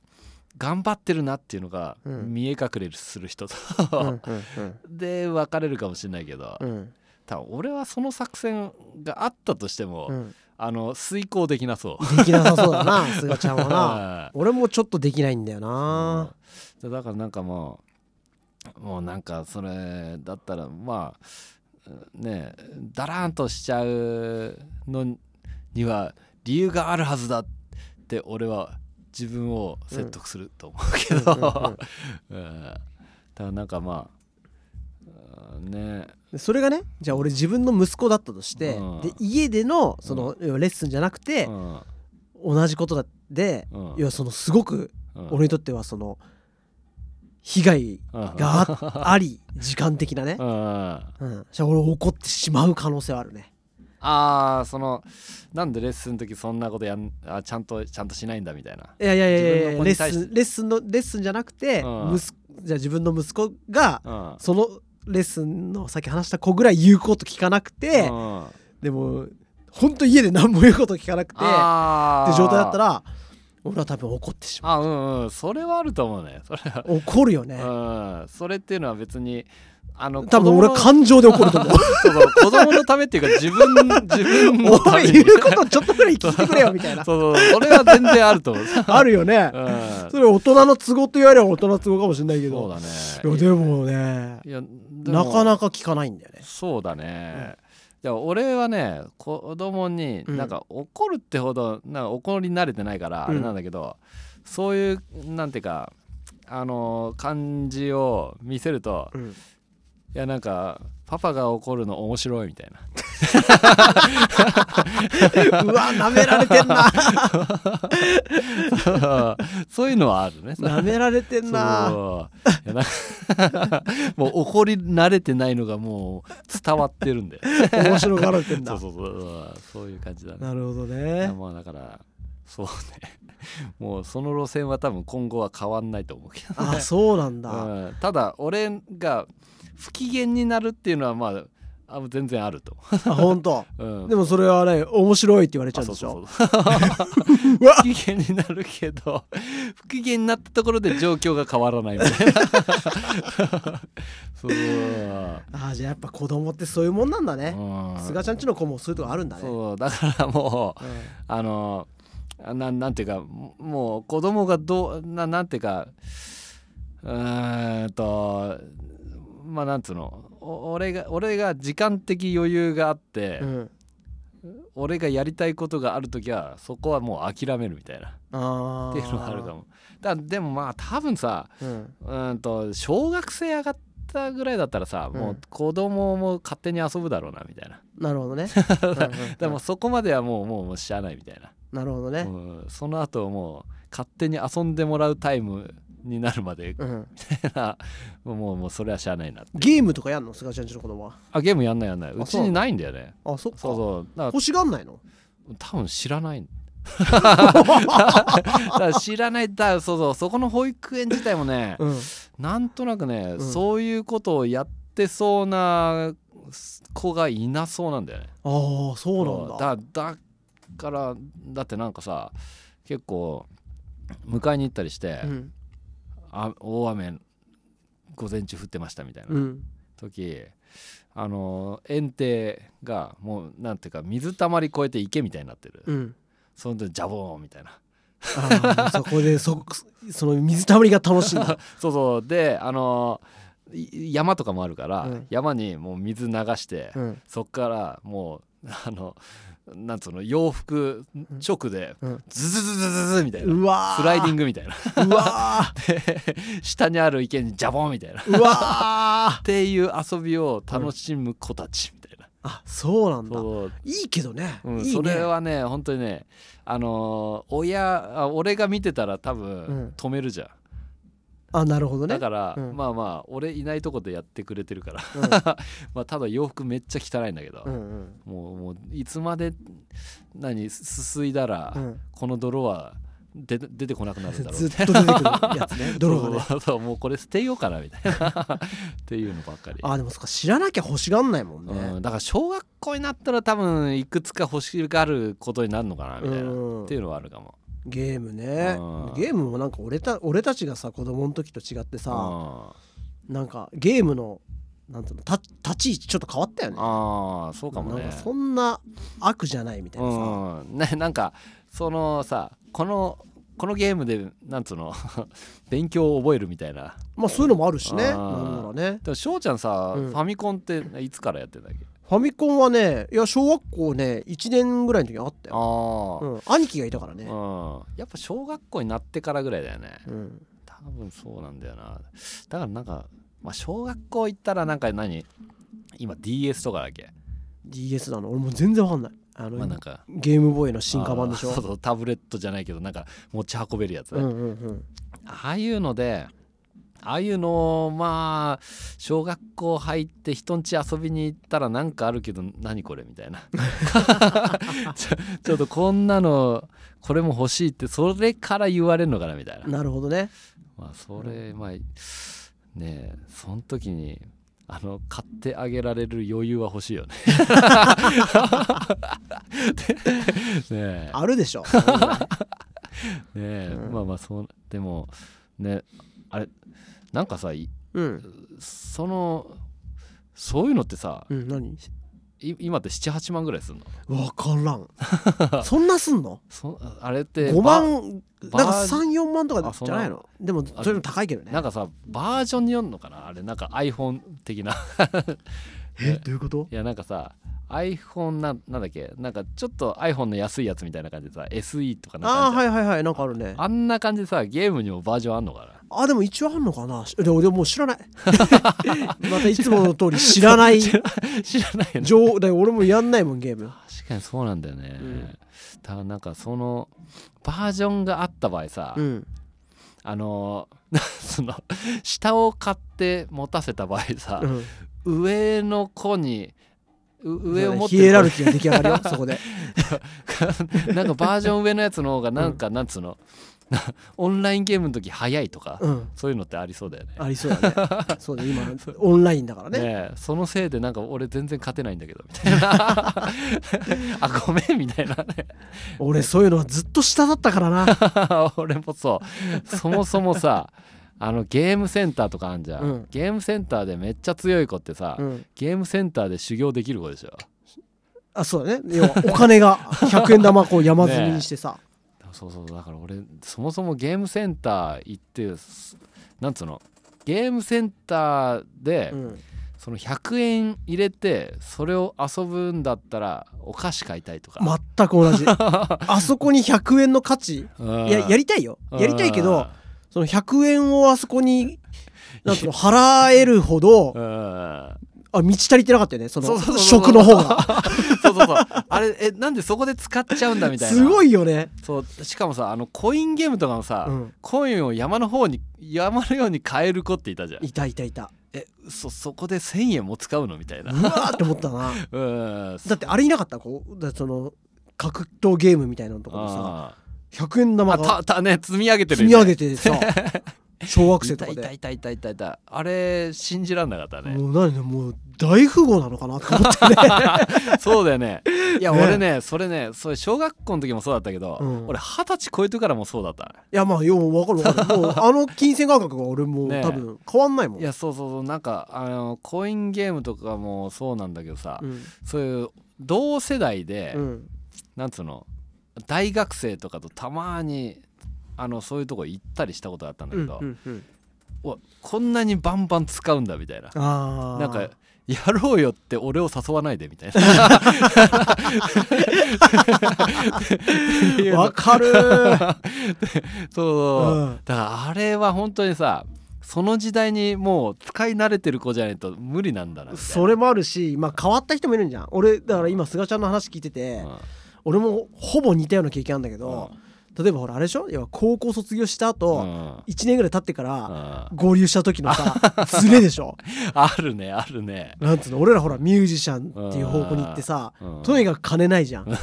[SPEAKER 2] 頑張ってるなっていうのが
[SPEAKER 1] うん
[SPEAKER 2] 見え隠れする人と、
[SPEAKER 1] うんうんうん
[SPEAKER 2] で別れるかもしれないけど、
[SPEAKER 1] うん
[SPEAKER 2] 多分俺はその作戦があったとしても、
[SPEAKER 1] うん
[SPEAKER 2] あの遂行できなそう。
[SPEAKER 1] できなさそうだ なすがちゃんはな
[SPEAKER 2] は
[SPEAKER 1] 俺もちょっとできないんだよ
[SPEAKER 2] い
[SPEAKER 1] な
[SPEAKER 2] うんだからなんかもうもうなんかそれだったらまあねえだらーんとしちゃうのには理由があるはずだって俺は自分を説得すると思うけど、うん、ただなんかまあうんね
[SPEAKER 1] でそれがねじゃあ俺自分の息子だったとして
[SPEAKER 2] うん
[SPEAKER 1] で家でのその要はレッスンじゃなくて
[SPEAKER 2] えうん
[SPEAKER 1] 同じことだで
[SPEAKER 2] うん
[SPEAKER 1] 要はそのすごく
[SPEAKER 2] うん
[SPEAKER 1] 俺にとってはその被害
[SPEAKER 2] うん
[SPEAKER 1] が ああり時間的なね
[SPEAKER 2] う、ん
[SPEAKER 1] うん、じゃあ俺怒ってしまう可能性はあるね
[SPEAKER 2] ああそのなんでレッスンの時そんなことやんあちゃんとちゃんとしないんだみたいない
[SPEAKER 1] やいやいやいやレ
[SPEAKER 2] 自分の子
[SPEAKER 1] ッ
[SPEAKER 2] に対
[SPEAKER 1] ス
[SPEAKER 2] し
[SPEAKER 1] ンレッスンのレッスンじゃなくて、
[SPEAKER 2] うん
[SPEAKER 1] 息子じゃあ自分の息子が
[SPEAKER 2] うん
[SPEAKER 1] そのレッスンのさっき話した子ぐらい言うこと聞かなくて、
[SPEAKER 2] うん
[SPEAKER 1] でも本当家で何も言うこと聞かなくてっ
[SPEAKER 2] あー
[SPEAKER 1] て状態だったら俺は多分怒ってしま
[SPEAKER 2] あうんうんそれはあると思うねそれは
[SPEAKER 1] う怒るよね
[SPEAKER 2] うんそれっていうのは別にあの
[SPEAKER 1] 多分俺は
[SPEAKER 2] 子供の
[SPEAKER 1] 感情で怒ると 思う
[SPEAKER 2] そうそう子供のためっていうか自分 自分のた
[SPEAKER 1] お
[SPEAKER 2] め
[SPEAKER 1] い
[SPEAKER 2] に
[SPEAKER 1] 言うことちょっとぐらい聞いてくれよみたいな
[SPEAKER 2] そうそうそれは全然あると思う、
[SPEAKER 1] あるよね
[SPEAKER 2] うん、
[SPEAKER 1] それ大人の都合と言われれば大人の都合かもしれないけ
[SPEAKER 2] そ
[SPEAKER 1] ど
[SPEAKER 2] うだね
[SPEAKER 1] いやでもね
[SPEAKER 2] いやで
[SPEAKER 1] な
[SPEAKER 2] も
[SPEAKER 1] かなか聞かないんだよね
[SPEAKER 2] そうだね、いや俺はね子供に
[SPEAKER 1] うん
[SPEAKER 2] なんか怒るってほどなんか怒り慣れてないから
[SPEAKER 1] うん
[SPEAKER 2] あれなんだけど、そういうなんていうかあのー感じを見せると
[SPEAKER 1] うん
[SPEAKER 2] いやなんかパパが怒るの面白いみたいな
[SPEAKER 1] うわなめられてんな
[SPEAKER 2] そういうのはあるね。
[SPEAKER 1] なめられてんな
[SPEAKER 2] そういやな もう怒り慣れてないのがもう伝わってるんだよ。
[SPEAKER 1] 面白がられてん
[SPEAKER 2] そ
[SPEAKER 1] だ
[SPEAKER 2] うそうそうそうそういう感じだね。
[SPEAKER 1] なるほど
[SPEAKER 2] いや
[SPEAKER 1] ね
[SPEAKER 2] まあだからそうね もうその路線は多分今後は変わんないと思うけど、
[SPEAKER 1] あそうなんだ
[SPEAKER 2] うんただ俺が不機嫌になるっていうのはまああ全然あると
[SPEAKER 1] あ本当
[SPEAKER 2] 思う、うん、
[SPEAKER 1] でもそれはね面白いって言われちゃ
[SPEAKER 2] あ
[SPEAKER 1] うん
[SPEAKER 2] そ
[SPEAKER 1] で
[SPEAKER 2] う
[SPEAKER 1] しょ
[SPEAKER 2] そうそう
[SPEAKER 1] うわ
[SPEAKER 2] 不機嫌になるけど不機嫌になったところで状況が変わらないみた いな そう
[SPEAKER 1] あじゃあやっぱ子供ってそういうもんなんだね
[SPEAKER 2] うん
[SPEAKER 1] すがちゃんちの子もそういうとこあるんだね
[SPEAKER 2] そうだからもう
[SPEAKER 1] うん
[SPEAKER 2] あのあなんなんていうかももう子供がどうななんていうかうーんとまあなんつうのお俺が俺が時間的余裕があって、
[SPEAKER 1] うん
[SPEAKER 2] 俺がやりたいことがある時はそこはもう諦めるみたいな
[SPEAKER 1] あー
[SPEAKER 2] っていうのはあるかもだでもまあ多分さ
[SPEAKER 1] うん
[SPEAKER 2] うーんと小学生上がったぐらいだったらさ、
[SPEAKER 1] うん
[SPEAKER 2] もう子供も勝手に遊ぶだろうなみたいな
[SPEAKER 1] なるほど ね
[SPEAKER 2] でもそこまではもうもうもうしゃあないみたいな
[SPEAKER 1] なるほどね
[SPEAKER 2] うん、その後もう勝手に遊んでもらうタイムになるま で
[SPEAKER 1] うん
[SPEAKER 2] もうもうそれはしゃあないな
[SPEAKER 1] ゲームとかやんのすがちゃんちの子供は
[SPEAKER 2] あゲームやんないやんない
[SPEAKER 1] あ
[SPEAKER 2] うちにないんだよね
[SPEAKER 1] あそっか
[SPEAKER 2] そうそうだか
[SPEAKER 1] 欲しがんないの
[SPEAKER 2] ら多分知らない だから知らないだそうそうそこの保育園自体もね
[SPEAKER 1] うん
[SPEAKER 2] なんとなくね、
[SPEAKER 1] うん
[SPEAKER 2] そういうことをやってそうな子がいなそうなんだよね
[SPEAKER 1] ああそうなんだ
[SPEAKER 2] だだからだってなんかさ結構迎えに行ったりして、
[SPEAKER 1] うん
[SPEAKER 2] あ大雨午前中降ってましたみたいな
[SPEAKER 1] うん
[SPEAKER 2] 時、あの園庭がもうなんていうか水たまり越えて池みたいになってる、
[SPEAKER 1] うん
[SPEAKER 2] その時ジャボーンみたいな
[SPEAKER 1] あーそこでそ その水たまりが楽しいんだ
[SPEAKER 2] そうそうであのい山とかもあるから、
[SPEAKER 1] うん
[SPEAKER 2] 山にもう水流して、
[SPEAKER 1] うん
[SPEAKER 2] そっからもうあのなんつうの洋服直で
[SPEAKER 1] うん
[SPEAKER 2] ズズズズズズみたいな、
[SPEAKER 1] うわ
[SPEAKER 2] スライディン
[SPEAKER 1] グ
[SPEAKER 2] グみたいな
[SPEAKER 1] うわー
[SPEAKER 2] 下にある池にジャボーンみたいなっ
[SPEAKER 1] うわー
[SPEAKER 2] ていう遊びを楽しむ子たちみたいな、
[SPEAKER 1] あそうなんだ
[SPEAKER 2] そう
[SPEAKER 1] いいけどね
[SPEAKER 2] うん
[SPEAKER 1] いいね
[SPEAKER 2] それはね本当にねあのー親あ俺が見てたら多
[SPEAKER 1] うん
[SPEAKER 2] 分止めるじゃん、
[SPEAKER 1] あなるほどね
[SPEAKER 2] だから、
[SPEAKER 1] うん
[SPEAKER 2] まあまあ俺いないとこでやってくれてるから まあただ洋服めっちゃ汚いんだけど、
[SPEAKER 1] うんうん
[SPEAKER 2] もうもういつまで何すすすいだら、
[SPEAKER 1] うん
[SPEAKER 2] この泥は出て出てこなくなるんだろう
[SPEAKER 1] ずっと出てくるやつ ね泥がね
[SPEAKER 2] そうそうもうこれ捨てようかなみたいな っていうのばっかり、
[SPEAKER 1] あでもそっか知らなきゃ欲しがんないもん
[SPEAKER 2] う
[SPEAKER 1] ね
[SPEAKER 2] ん、だから小学校になったら多分いくつか欲しがることになるのかなみたいな、
[SPEAKER 1] うん
[SPEAKER 2] っていうのはあるかも
[SPEAKER 1] ゲームね
[SPEAKER 2] うん
[SPEAKER 1] ゲームもなんか俺た俺たちがさ子供の時と違ってさ
[SPEAKER 2] あ
[SPEAKER 1] なんかゲームのなんていうのた立ち位置ちょっと変わったよね
[SPEAKER 2] あーそうかもね
[SPEAKER 1] なんかそんな悪じゃないみたいなさ
[SPEAKER 2] うん、な なんかそのさこのこのゲームでなんつうの 勉強を覚えるみたいな
[SPEAKER 1] まあそういうのもあるしね
[SPEAKER 2] あー
[SPEAKER 1] なんならね
[SPEAKER 2] でも翔ちゃんさ、
[SPEAKER 1] うん
[SPEAKER 2] ファミコンっていつからやってんだっけ
[SPEAKER 1] ファミコンはねいや小学校ね1年ぐらいの時にあったよ、
[SPEAKER 2] ああ、
[SPEAKER 1] うん、兄貴がいたからね、
[SPEAKER 2] うん、やっぱ小学校になってからぐらいだよね
[SPEAKER 1] うん、
[SPEAKER 2] 多分そうなんだよなだからなんか、まあ、小学校行ったらなんか何今 DS とかだっけ、
[SPEAKER 1] DS なの俺もう全然わかんないあの、
[SPEAKER 2] まあ、なんか
[SPEAKER 1] ゲームボーイの進化版でしょ
[SPEAKER 2] あーそうそうタブレットじゃないけどなんか持ち運べるやつ、
[SPEAKER 1] うんうん
[SPEAKER 2] ああいうのでああいうのをまあ小学校入って人ん家遊びに行ったらなんかあるけど何これみた いなちょちょっとこんなのこれも欲しいってそれから言われるのかなみたいな
[SPEAKER 1] うんなるほどね
[SPEAKER 2] まあそれまあねえその時にあの買ってあげられる余裕は欲し いよね。ねえ
[SPEAKER 1] あるでし ょ
[SPEAKER 2] ねえ
[SPEAKER 1] うん
[SPEAKER 2] まあまあそうでもねあれなんかさい
[SPEAKER 1] うん、
[SPEAKER 2] そのそういうのってさ
[SPEAKER 1] うん、何
[SPEAKER 2] い今って78万ぐらいするの
[SPEAKER 1] 分から んそんなすんの
[SPEAKER 2] そあれって
[SPEAKER 1] 5
[SPEAKER 2] ば
[SPEAKER 1] 万
[SPEAKER 2] バ
[SPEAKER 1] なんか
[SPEAKER 2] バー
[SPEAKER 1] 34万とか
[SPEAKER 2] あそん
[SPEAKER 1] じ
[SPEAKER 2] な
[SPEAKER 1] ゃないのでもそれも高いけどね
[SPEAKER 2] なんかさバージョンによるのかなあれなんか iPhone 的な
[SPEAKER 1] えどういうこと
[SPEAKER 2] いやなんかさ iPhone ななんだっけなんかちょっと iPhone の安いやつみたいな感じでさ SE とかなんか
[SPEAKER 1] あ
[SPEAKER 2] あ
[SPEAKER 1] あ
[SPEAKER 2] ん
[SPEAKER 1] ー
[SPEAKER 2] じゃん
[SPEAKER 1] はいはいはいなんかあるね
[SPEAKER 2] あんな感じでさゲームにもバージョンあんのかな
[SPEAKER 1] あでも一応あんのかなしでもでももう知 らないまたいつもの通り知らない
[SPEAKER 2] 知らないよね
[SPEAKER 1] 情だから俺もやんないもんゲーム
[SPEAKER 2] 確かにそうなんだよね、
[SPEAKER 1] うん
[SPEAKER 2] だからなんかそのバージョンがあった場合さ、
[SPEAKER 1] うん
[SPEAKER 2] あのー その下を買って持たせた場合さ
[SPEAKER 1] う、ん
[SPEAKER 2] 上の子にう上を持って
[SPEAKER 1] ヒエラル
[SPEAKER 2] る
[SPEAKER 1] キーが出来上がるよそこで
[SPEAKER 2] 子 なんかバージョン上のやつの方がなんか、なんつうの オンラインゲームの時早いとか、
[SPEAKER 1] うん
[SPEAKER 2] そういうのってありそうだよね
[SPEAKER 1] ありそうだね そうだ今オンラインだから
[SPEAKER 2] ね
[SPEAKER 1] ね
[SPEAKER 2] えそのせいでなんか俺全然勝てないんだけどみたい なあごめんみたいなね
[SPEAKER 1] 俺そういうのはずっと下だったからな
[SPEAKER 2] 俺もそうそもそもさあのゲームセンターとかあんじゃん、
[SPEAKER 1] うん
[SPEAKER 2] ゲームセンターでめっちゃ強い子ってさ、
[SPEAKER 1] うん
[SPEAKER 2] ゲームセンターで修行できる子でしょ
[SPEAKER 1] あそうだね要はお金が100円玉こう山積みにして さ
[SPEAKER 2] そうそうだから俺そもそもゲームセンター行ってすなんつうのゲームセンターで、
[SPEAKER 1] うん
[SPEAKER 2] その100円入れてそれを遊ぶんだったらお菓子買いたいとか、
[SPEAKER 1] 全く 同じあそこに100円の価値
[SPEAKER 2] うん
[SPEAKER 1] いややりたいよやりたいけどその100円をあそこになんていうの払えるほど
[SPEAKER 2] うんうん
[SPEAKER 1] あ満ち足りてなかったよねそ
[SPEAKER 2] そう
[SPEAKER 1] の
[SPEAKER 2] そうそうそう
[SPEAKER 1] 食の方が
[SPEAKER 2] そうそうそうあれえなんでそこで使っちゃうん だみたいな
[SPEAKER 1] すご
[SPEAKER 2] い
[SPEAKER 1] いよね、
[SPEAKER 2] そうしかもさあのコインゲームとかもさ、
[SPEAKER 1] うん、
[SPEAKER 2] コインを山の方に山のように変える子っていたじゃん
[SPEAKER 1] いたいたいた
[SPEAKER 2] えそそこで1,000円も使うのみたいうな
[SPEAKER 1] わーって思った な
[SPEAKER 2] うん
[SPEAKER 1] だってあれいなかったこうだってその格闘ゲームみたいなところさ
[SPEAKER 2] あ
[SPEAKER 1] 100円
[SPEAKER 2] ー
[SPEAKER 1] 玉
[SPEAKER 2] あ
[SPEAKER 1] が
[SPEAKER 2] たたね積み上げてる
[SPEAKER 1] 積み上げ
[SPEAKER 2] て
[SPEAKER 1] てさ 小学生とか
[SPEAKER 2] いた
[SPEAKER 1] で
[SPEAKER 2] いたいたいたいたあれ信じらんなかったね
[SPEAKER 1] もう何もう大富豪なのかなって思ってね
[SPEAKER 2] そうだよねい や
[SPEAKER 1] ね
[SPEAKER 2] 俺ねそれねそれ小学校の時もそうだったけど、
[SPEAKER 1] うん
[SPEAKER 2] 俺二十歳超えてからもそうだったね
[SPEAKER 1] いやまあよう分かる分かるも うあの金銭感覚が俺もう
[SPEAKER 2] ねえ
[SPEAKER 1] 多分変わんないもん、
[SPEAKER 2] いやそうそうそうなんかあのコインゲームとかもそうなんだけどさ、
[SPEAKER 1] うん
[SPEAKER 2] そういう同世代で、
[SPEAKER 1] うん
[SPEAKER 2] なんつうの大学生とかとたまにあのそういうとこ行ったりしたことがあったんだ
[SPEAKER 1] う
[SPEAKER 2] け
[SPEAKER 1] ん
[SPEAKER 2] ど、
[SPEAKER 1] うんうん
[SPEAKER 2] うわこんなにバンバン使うんだみたいな
[SPEAKER 1] あー
[SPEAKER 2] なんかやろうよって俺を誘わないでみたい なって いうの
[SPEAKER 1] わかる、
[SPEAKER 2] そう、
[SPEAKER 1] うん
[SPEAKER 2] だからあれは本当にさその時代にもう使い慣れてる子じゃないと無理なんだなみたいな
[SPEAKER 1] それもあるし、まあ、変わった人もいるんじゃん俺だから今菅ちゃんの話聞いてて、
[SPEAKER 2] うん
[SPEAKER 1] 俺もほぼ似たような経験あるんだけど、例えばほらあれでしょ要は高校卒業した
[SPEAKER 2] うんう
[SPEAKER 1] 後、
[SPEAKER 2] ん
[SPEAKER 1] 一1年ぐらい経ってか
[SPEAKER 2] う
[SPEAKER 1] ら
[SPEAKER 2] ん
[SPEAKER 1] 合流した時のさ ズレでしょ
[SPEAKER 2] あるねあるね、
[SPEAKER 1] なんつうの俺らほらミュージシャンっていう方向に行ってさ
[SPEAKER 2] うん
[SPEAKER 1] とにかく金ない じゃん。で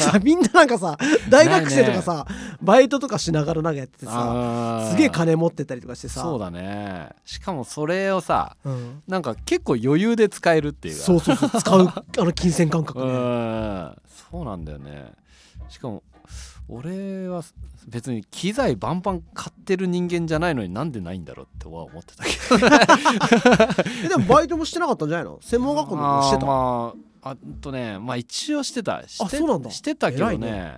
[SPEAKER 1] さみんななんかさ大学生とかさ、バイトとかしながらなんかやっててさ
[SPEAKER 2] あー
[SPEAKER 1] すげえ金持ってたりとかしてさ
[SPEAKER 2] そうだねしかもそれをさ
[SPEAKER 1] うん
[SPEAKER 2] なんか結構余裕で使えるっていうか
[SPEAKER 1] そうそうそう使うあの金銭感覚
[SPEAKER 2] う
[SPEAKER 1] ね。
[SPEAKER 2] んそうなんだよねしかも俺は別に機材バンバン買ってる人間じゃないのになんでないんだろうっては思ってたけど
[SPEAKER 1] えでもバイトもしてなかったんじゃないの専門学校の
[SPEAKER 2] あ
[SPEAKER 1] も
[SPEAKER 2] ー
[SPEAKER 1] してた
[SPEAKER 2] まああとねまあ一応してたして
[SPEAKER 1] そうなんだ
[SPEAKER 2] してたけど
[SPEAKER 1] 偉
[SPEAKER 2] ね
[SPEAKER 1] いね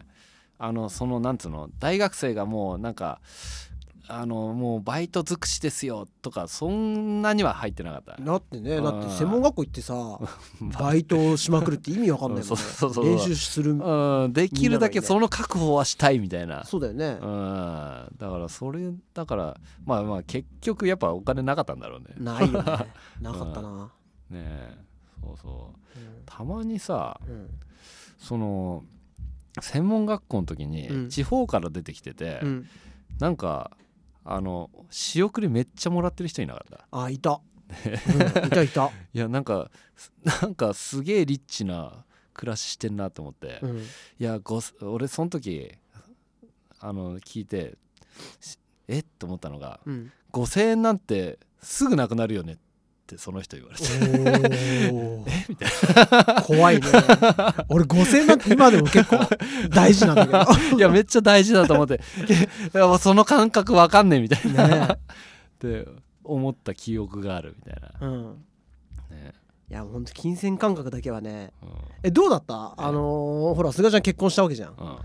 [SPEAKER 2] あのそのなんつうの大学生がもうなんかあのもうバイト尽くしですよとかそんなには入ってなかった
[SPEAKER 1] だってねだって
[SPEAKER 2] うん
[SPEAKER 1] 専門学校行って さバイトをしまくるって意味わかんないもん
[SPEAKER 2] そう
[SPEAKER 1] ね
[SPEAKER 2] そうそう
[SPEAKER 1] 練習する
[SPEAKER 2] うんできるだけその確保はしたいみたいな
[SPEAKER 1] そうだよね
[SPEAKER 2] うんだからそれだからまあまあ結局やっぱお金なかったんだろうねね
[SPEAKER 1] ない よねなかったな
[SPEAKER 2] えそうそうたまにさ
[SPEAKER 1] うんうん
[SPEAKER 2] その専門学校の時
[SPEAKER 1] う
[SPEAKER 2] に
[SPEAKER 1] ん
[SPEAKER 2] 地方から出てきてて、
[SPEAKER 1] うん
[SPEAKER 2] なんかあの仕送りめっちゃもらってる人いなかった
[SPEAKER 1] あい たうんいたいた
[SPEAKER 2] いやなんかすなんかすげえリッチな暮らししてんなと思って、
[SPEAKER 1] う
[SPEAKER 2] い
[SPEAKER 1] ん
[SPEAKER 2] やごす俺その時あの聞いてしえっと思ったのが
[SPEAKER 1] うん
[SPEAKER 2] 5,000円なんてすぐなくなるよねってその人言われ
[SPEAKER 1] お
[SPEAKER 2] て
[SPEAKER 1] えみたいな怖 いね俺5000円なんて今でも結構大事なんだけど
[SPEAKER 2] いやめっちゃ大事だと思っていやもうその感覚わかんねえみたいな、
[SPEAKER 1] ね
[SPEAKER 2] って思った記憶があるみたいな
[SPEAKER 1] うん
[SPEAKER 2] ね、
[SPEAKER 1] いやほんと金銭感覚だけはね
[SPEAKER 2] うん
[SPEAKER 1] えどうだったあのーほら菅ちゃん結婚したわけじゃん
[SPEAKER 2] うん、あ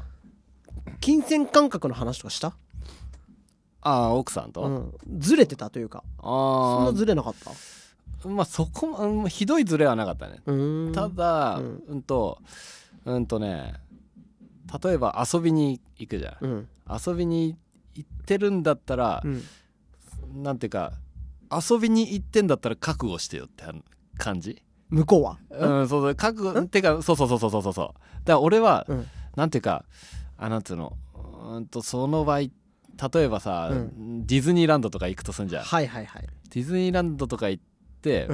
[SPEAKER 1] 金銭感覚の話とかした
[SPEAKER 2] あ奥さんと、
[SPEAKER 1] うんずれてたというかそん
[SPEAKER 2] あ
[SPEAKER 1] なずれなかった
[SPEAKER 2] あまあそこもうんひどいズレはなかったね、
[SPEAKER 1] うーん
[SPEAKER 2] ただ、う
[SPEAKER 1] うんん、
[SPEAKER 2] とうんとね例えば遊びに行くじゃん、
[SPEAKER 1] うん
[SPEAKER 2] 遊びに行ってるんだったら
[SPEAKER 1] う、ん
[SPEAKER 2] なんていうか遊びに行ってんだったら覚悟してよって感じ
[SPEAKER 1] 向こうは
[SPEAKER 2] うん、そうそう覚悟てかそうそうそうそうそうそうそうだから俺は、
[SPEAKER 1] うん
[SPEAKER 2] なんていうかあなんつうのうーんとその場合例えばさ、
[SPEAKER 1] う
[SPEAKER 2] ディズニーランドとか行くとすんじゃん
[SPEAKER 1] はいはいはい
[SPEAKER 2] ディズニーランドとか行って、
[SPEAKER 1] う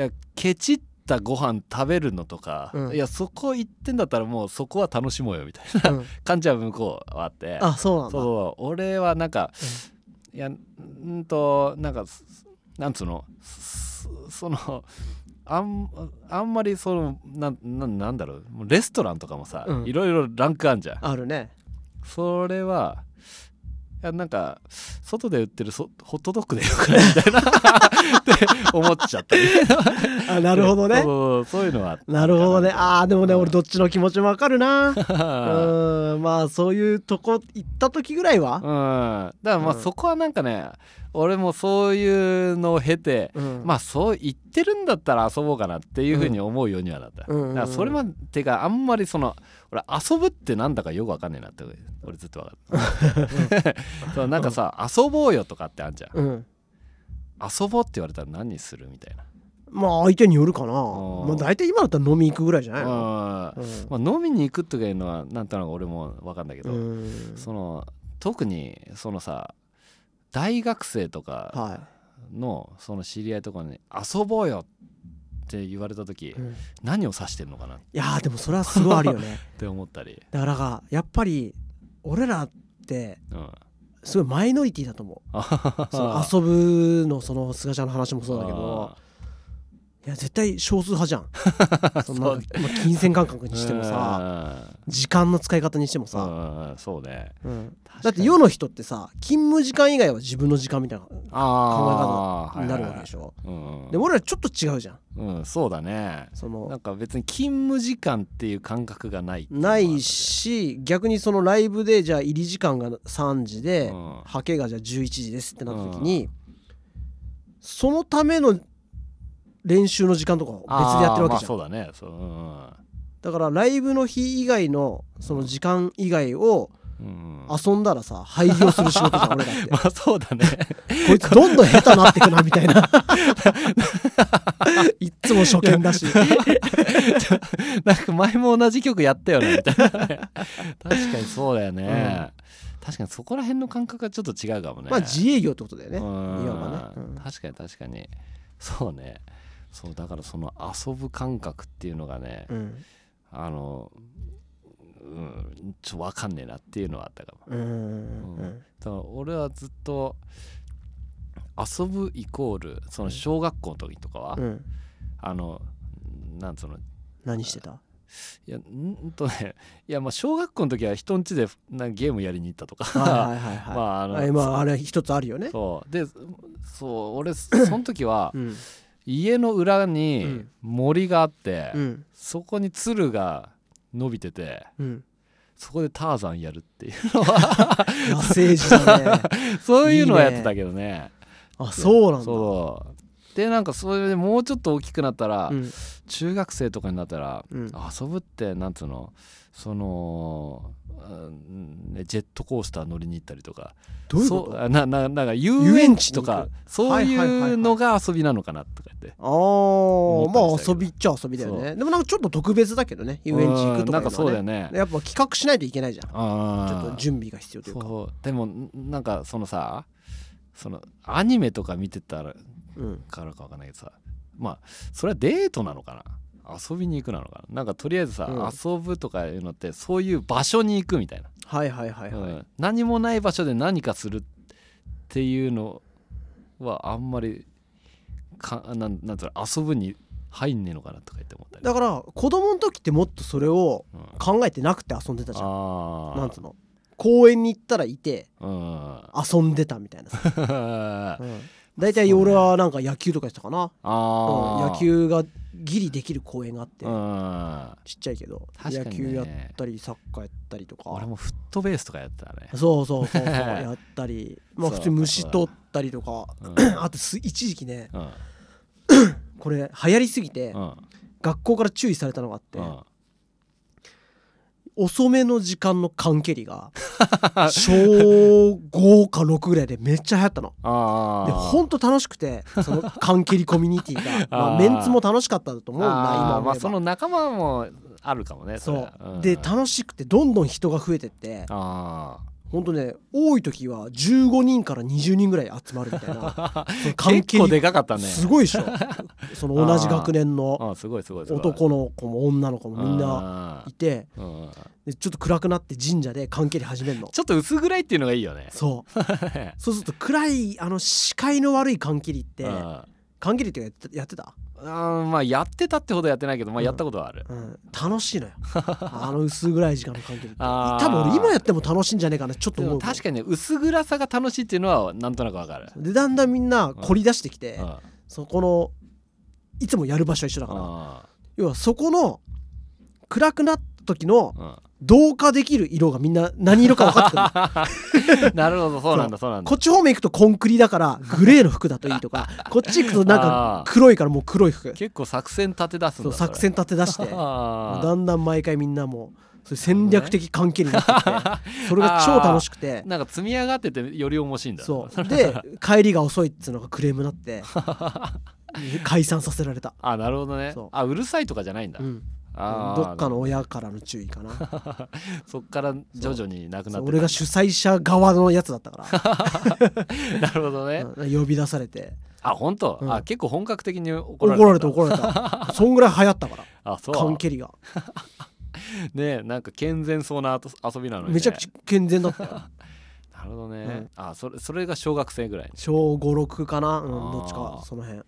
[SPEAKER 1] ん
[SPEAKER 2] やケチったご飯食べるのとか、
[SPEAKER 1] うん
[SPEAKER 2] いやそこ行ってんだったらもうそこは楽しもうよみたいな
[SPEAKER 1] うん
[SPEAKER 2] 感じは向こうはあって
[SPEAKER 1] あそうな
[SPEAKER 2] そうん
[SPEAKER 1] だ
[SPEAKER 2] そう俺はなんか、いやうんとなんかすなんつうのすそのあんあんまりそのなんなんなんだろうもうレストランとかもさ、
[SPEAKER 1] うん
[SPEAKER 2] いろいろランクあんじゃん
[SPEAKER 1] ある ね
[SPEAKER 2] それはいやなんか外で売ってるそホットドッグでよくないみたいな って思っちゃったり
[SPEAKER 1] あなるほどね
[SPEAKER 2] そうそうそういうのは
[SPEAKER 1] なるほどねあーでもね
[SPEAKER 2] うん
[SPEAKER 1] 俺どっちの気持ちもわかるなう
[SPEAKER 2] あ
[SPEAKER 1] ーんまあそういうとこ行った時ぐらいは
[SPEAKER 2] うんだからまあ
[SPEAKER 1] うん
[SPEAKER 2] そこはなんかね、俺もそういうのを経て、
[SPEAKER 1] うん
[SPEAKER 2] まあそう言ってるんだったら遊ぼうかなっていうふうに思うようにはなった、
[SPEAKER 1] うんうんうんうん
[SPEAKER 2] だからそれまでてかあんまりその俺遊ぶってなんだかよくわかんねえなって俺ずっとわか ったそうなんかさ遊ぼうよとかってあんじゃん
[SPEAKER 1] うん
[SPEAKER 2] 遊ぼうって言われたら何するみたいな
[SPEAKER 1] まあ相手によるかな
[SPEAKER 2] ー
[SPEAKER 1] まあ大体今だったら飲み行くぐらいじゃないの
[SPEAKER 2] う
[SPEAKER 1] うんん
[SPEAKER 2] まあ飲みに行くとかいうのはなんとなく俺もわかんだけど、
[SPEAKER 1] うん
[SPEAKER 2] その特にそのさ大学生とか
[SPEAKER 1] は
[SPEAKER 2] のその知り合いとかに遊ぼうよって言われた時
[SPEAKER 1] いうん
[SPEAKER 2] 何を指してるのかなっ
[SPEAKER 1] いやーでもそれはすごいあるよ ね
[SPEAKER 2] て思ったり
[SPEAKER 1] だからがやっぱり俺らって
[SPEAKER 2] うん
[SPEAKER 1] すごいマイノリティだと思う その遊ぶのその菅ちゃんの話もそうだけどいや絶対少数派 じゃんそんな、
[SPEAKER 2] そ
[SPEAKER 1] ま
[SPEAKER 2] う
[SPEAKER 1] あ、金銭感覚にしてもさ時間の使い方にしてもさ、
[SPEAKER 2] さそうね
[SPEAKER 1] うん
[SPEAKER 2] 確かに
[SPEAKER 1] だって世の人ってさ勤務時間以外は自分の時間みたい
[SPEAKER 2] あー
[SPEAKER 1] なになるわけでし
[SPEAKER 2] ょ
[SPEAKER 1] ょ
[SPEAKER 2] うんうん
[SPEAKER 1] で俺らちょっと違うじゃん
[SPEAKER 2] うんそうだね
[SPEAKER 1] そ
[SPEAKER 2] な
[SPEAKER 1] の
[SPEAKER 2] んか別に勤務時間っていう感覚がないってうのがあ
[SPEAKER 1] な
[SPEAKER 2] って
[SPEAKER 1] いし逆にそのライブでじゃあ入り時間が3時で、
[SPEAKER 2] うん
[SPEAKER 1] ハケがじゃあ11時ですってなった時に、そのための練習の時間とかを別でやってるわけじゃん、
[SPEAKER 2] あーまあそうだねそうう
[SPEAKER 1] だからライブの日以外のその時間以外を
[SPEAKER 2] んうんうん
[SPEAKER 1] 遊んだらさ廃業する仕事じゃん俺だって
[SPEAKER 2] まあそうだね
[SPEAKER 1] こいつどんどん下手なってくなみたい ないっつも初見だし
[SPEAKER 2] なんか前も同じ曲やったよねみたい な確かにそうだよね確かにそこら辺の感覚はちょっと違うかもね
[SPEAKER 1] まあ自営業ってことだよね
[SPEAKER 2] う
[SPEAKER 1] い
[SPEAKER 2] ん
[SPEAKER 1] わばね、うん
[SPEAKER 2] 確かに確かにそうねそうだからその遊ぶ感覚っていうのがね、
[SPEAKER 1] うん
[SPEAKER 2] あのうんちょっと分かんねえなっていうのはあったかも
[SPEAKER 1] うんうん
[SPEAKER 2] だから俺はずっと遊ぶイコールその小学校の時とかは、
[SPEAKER 1] うん
[SPEAKER 2] あのなんつうの
[SPEAKER 1] 何してた
[SPEAKER 2] いやんとね いやまあ小学校の時は人ん家でなんかゲームやりに行ったとか、
[SPEAKER 1] はいはいはいはい
[SPEAKER 2] まああの、
[SPEAKER 1] あまああれ一つあるよね
[SPEAKER 2] そうでそう俺そ の時は
[SPEAKER 1] うん
[SPEAKER 2] 家の裏
[SPEAKER 1] う
[SPEAKER 2] に
[SPEAKER 1] ん
[SPEAKER 2] 森があって、
[SPEAKER 1] うん
[SPEAKER 2] そこに鶴が伸びてて
[SPEAKER 1] うん
[SPEAKER 2] そこでターザンや るっていう
[SPEAKER 1] 野生児だ ね
[SPEAKER 2] そういうのはやってたけどね
[SPEAKER 1] あそうなんだ
[SPEAKER 2] そうでなんかそれでもうちょっと大きくなったら、
[SPEAKER 1] うん
[SPEAKER 2] 中学生とかになったら
[SPEAKER 1] うん
[SPEAKER 2] 遊ぶってなんつうのその、うんね、ジェットコースター乗りに行ったりとか
[SPEAKER 1] どういうこと
[SPEAKER 2] そうなななんか遊
[SPEAKER 1] 遊園
[SPEAKER 2] 園
[SPEAKER 1] 地
[SPEAKER 2] 地
[SPEAKER 1] に行
[SPEAKER 2] と
[SPEAKER 1] く
[SPEAKER 2] かそうい
[SPEAKER 1] はいはいはいは
[SPEAKER 2] う
[SPEAKER 1] い
[SPEAKER 2] のが遊びなのかなとか言って。
[SPEAKER 1] あーま
[SPEAKER 2] 思
[SPEAKER 1] あ
[SPEAKER 2] ったりしたけ
[SPEAKER 1] 遊
[SPEAKER 2] ど
[SPEAKER 1] びっちゃ遊びだよねでもなんかちょっと特別だけどね遊園地行くとかいうのはね
[SPEAKER 2] うんなんかそうだよね。
[SPEAKER 1] やっぱ企画しないといけないじゃんちょっ
[SPEAKER 2] あ
[SPEAKER 1] と準備が必要という
[SPEAKER 2] ー
[SPEAKER 1] か
[SPEAKER 2] そうでもんなんかそのさそのアニメとか見てたら
[SPEAKER 1] うん
[SPEAKER 2] からかわかんないけどさまあそれはデートなのかな遊びに行くなのかななんかとりあえずさ、
[SPEAKER 1] う
[SPEAKER 2] 遊ぶとかいうのってそういう場所に行くみたいな、
[SPEAKER 1] はいはいはいは
[SPEAKER 2] う
[SPEAKER 1] い
[SPEAKER 2] ん何もない場所で何かするっていうのはあんまりかなんなんつうの遊ぶに入んねえのかなとか言って思ったり
[SPEAKER 1] だから子供の時ってもっとそれを
[SPEAKER 2] うん
[SPEAKER 1] 考えてなくて遊んでたじゃん
[SPEAKER 2] あー
[SPEAKER 1] なんつうの公園に行ったらいて
[SPEAKER 2] うん
[SPEAKER 1] 遊んでたみたいなさ
[SPEAKER 2] あ
[SPEAKER 1] うん大体俺はなんか野球とかやってたかな
[SPEAKER 2] あ
[SPEAKER 1] うん野球がギリできる公園があって
[SPEAKER 2] うん
[SPEAKER 1] ちっちゃいけど
[SPEAKER 2] 確
[SPEAKER 1] 野
[SPEAKER 2] かにね
[SPEAKER 1] 球やったりサッカーやったりとか
[SPEAKER 2] 俺もフットベースとかやってたね、
[SPEAKER 1] そうそう そうそうやったりまあ
[SPEAKER 2] そう
[SPEAKER 1] 普通に虫取ったりとか
[SPEAKER 2] うん
[SPEAKER 1] あとす一時期ね
[SPEAKER 2] うん
[SPEAKER 1] これ流行りすぎて
[SPEAKER 2] うん
[SPEAKER 1] 学校から注意されたのがあって
[SPEAKER 2] うん
[SPEAKER 1] 遅めの時間の缶蹴り が小5か6ぐらいでめっちゃ流行ったの。
[SPEAKER 2] ああ
[SPEAKER 1] でほんと楽しくてその缶蹴りコミュニティ がまあ、
[SPEAKER 2] あー
[SPEAKER 1] メンツも楽しかったと思うんだ今
[SPEAKER 2] あ
[SPEAKER 1] 思え
[SPEAKER 2] ー
[SPEAKER 1] ば
[SPEAKER 2] まあその仲間もあるかもね
[SPEAKER 1] そ
[SPEAKER 2] れは
[SPEAKER 1] う、
[SPEAKER 2] ん
[SPEAKER 1] で楽しくてどんどん人が増えてって
[SPEAKER 2] あ
[SPEAKER 1] ほんとね多い時は15人から20人ぐらい集まるみ たいなその缶
[SPEAKER 2] ー
[SPEAKER 1] 蹴
[SPEAKER 2] 結構で
[SPEAKER 1] り
[SPEAKER 2] かかったね
[SPEAKER 1] すごいで しょその同じ学年の
[SPEAKER 2] あーすごいすごいすごい
[SPEAKER 1] 男の子も女の子もみんな
[SPEAKER 2] あ
[SPEAKER 1] いて
[SPEAKER 2] ーうん
[SPEAKER 1] でちょっと暗くなって神社で缶蹴り始めるの
[SPEAKER 2] ちょっと薄暗いっていうのがいいよね
[SPEAKER 1] そうそうすると暗いあの視界の悪い缶切りって
[SPEAKER 2] うんあ
[SPEAKER 1] 缶切りってやってやってた、
[SPEAKER 2] ーまあやってたってほどやってないけどまあ
[SPEAKER 1] うん
[SPEAKER 2] やったことはある
[SPEAKER 1] うん、楽しいの よあの薄暗い時間の缶切りって
[SPEAKER 2] あ
[SPEAKER 1] 多
[SPEAKER 2] ー
[SPEAKER 1] 分俺今やっても楽しいんじゃねえかなちょっと
[SPEAKER 2] で
[SPEAKER 1] 思
[SPEAKER 2] も
[SPEAKER 1] うもん
[SPEAKER 2] 確かにね薄暗さが楽しいっていうのはなんとなくわかる
[SPEAKER 1] でだんだんみんな凝り出してきて、
[SPEAKER 2] うん
[SPEAKER 1] そこのいつもやる場所は一緒だから
[SPEAKER 2] あ
[SPEAKER 1] 要はそこの暗くなった時の
[SPEAKER 2] ー
[SPEAKER 1] 同化できる色がみんな何色か分かってくるの
[SPEAKER 2] うんなるほどそうなんだそうなんだ
[SPEAKER 1] こっち方面行くとコンクリだからグレーの服だといいとかこっち行くとなんか黒いからもう黒い服
[SPEAKER 2] 結構作戦立て出すん
[SPEAKER 1] そ
[SPEAKER 2] だ
[SPEAKER 1] う作戦立て出し
[SPEAKER 2] そ
[SPEAKER 1] て
[SPEAKER 2] れあー
[SPEAKER 1] だんだん毎回みんなもうそういう戦略的関係になってき てそれが超楽しくて
[SPEAKER 2] なんか積み上がっててより面白いんだ
[SPEAKER 1] そうで帰りが遅いっつうのがクレームになって 解散させられた、
[SPEAKER 2] あなるほどね
[SPEAKER 1] そう
[SPEAKER 2] あうるさいとかじゃないんだ、
[SPEAKER 1] うん、
[SPEAKER 2] あー
[SPEAKER 1] どっかの親からの注意 かな
[SPEAKER 2] そっから徐々になくな
[SPEAKER 1] そう
[SPEAKER 2] って
[SPEAKER 1] 俺が主催者側のやつだった か
[SPEAKER 2] なるほどね、
[SPEAKER 1] ら、うん呼び出されて
[SPEAKER 2] あ本当、
[SPEAKER 1] うん
[SPEAKER 2] あ結構本格的に怒
[SPEAKER 1] 怒
[SPEAKER 2] られた
[SPEAKER 1] られた怒られたそんぐらい流行ったから
[SPEAKER 2] あそう
[SPEAKER 1] 缶蹴りが
[SPEAKER 2] ねなんか健全そうなあと遊びなのに、ね、
[SPEAKER 1] めちゃくちゃ健全だった よ
[SPEAKER 2] ゃなるほどね、
[SPEAKER 1] うん
[SPEAKER 2] あそれそれが小学生ぐらい
[SPEAKER 1] 小56かな、うん、
[SPEAKER 2] あー
[SPEAKER 1] どっちかその辺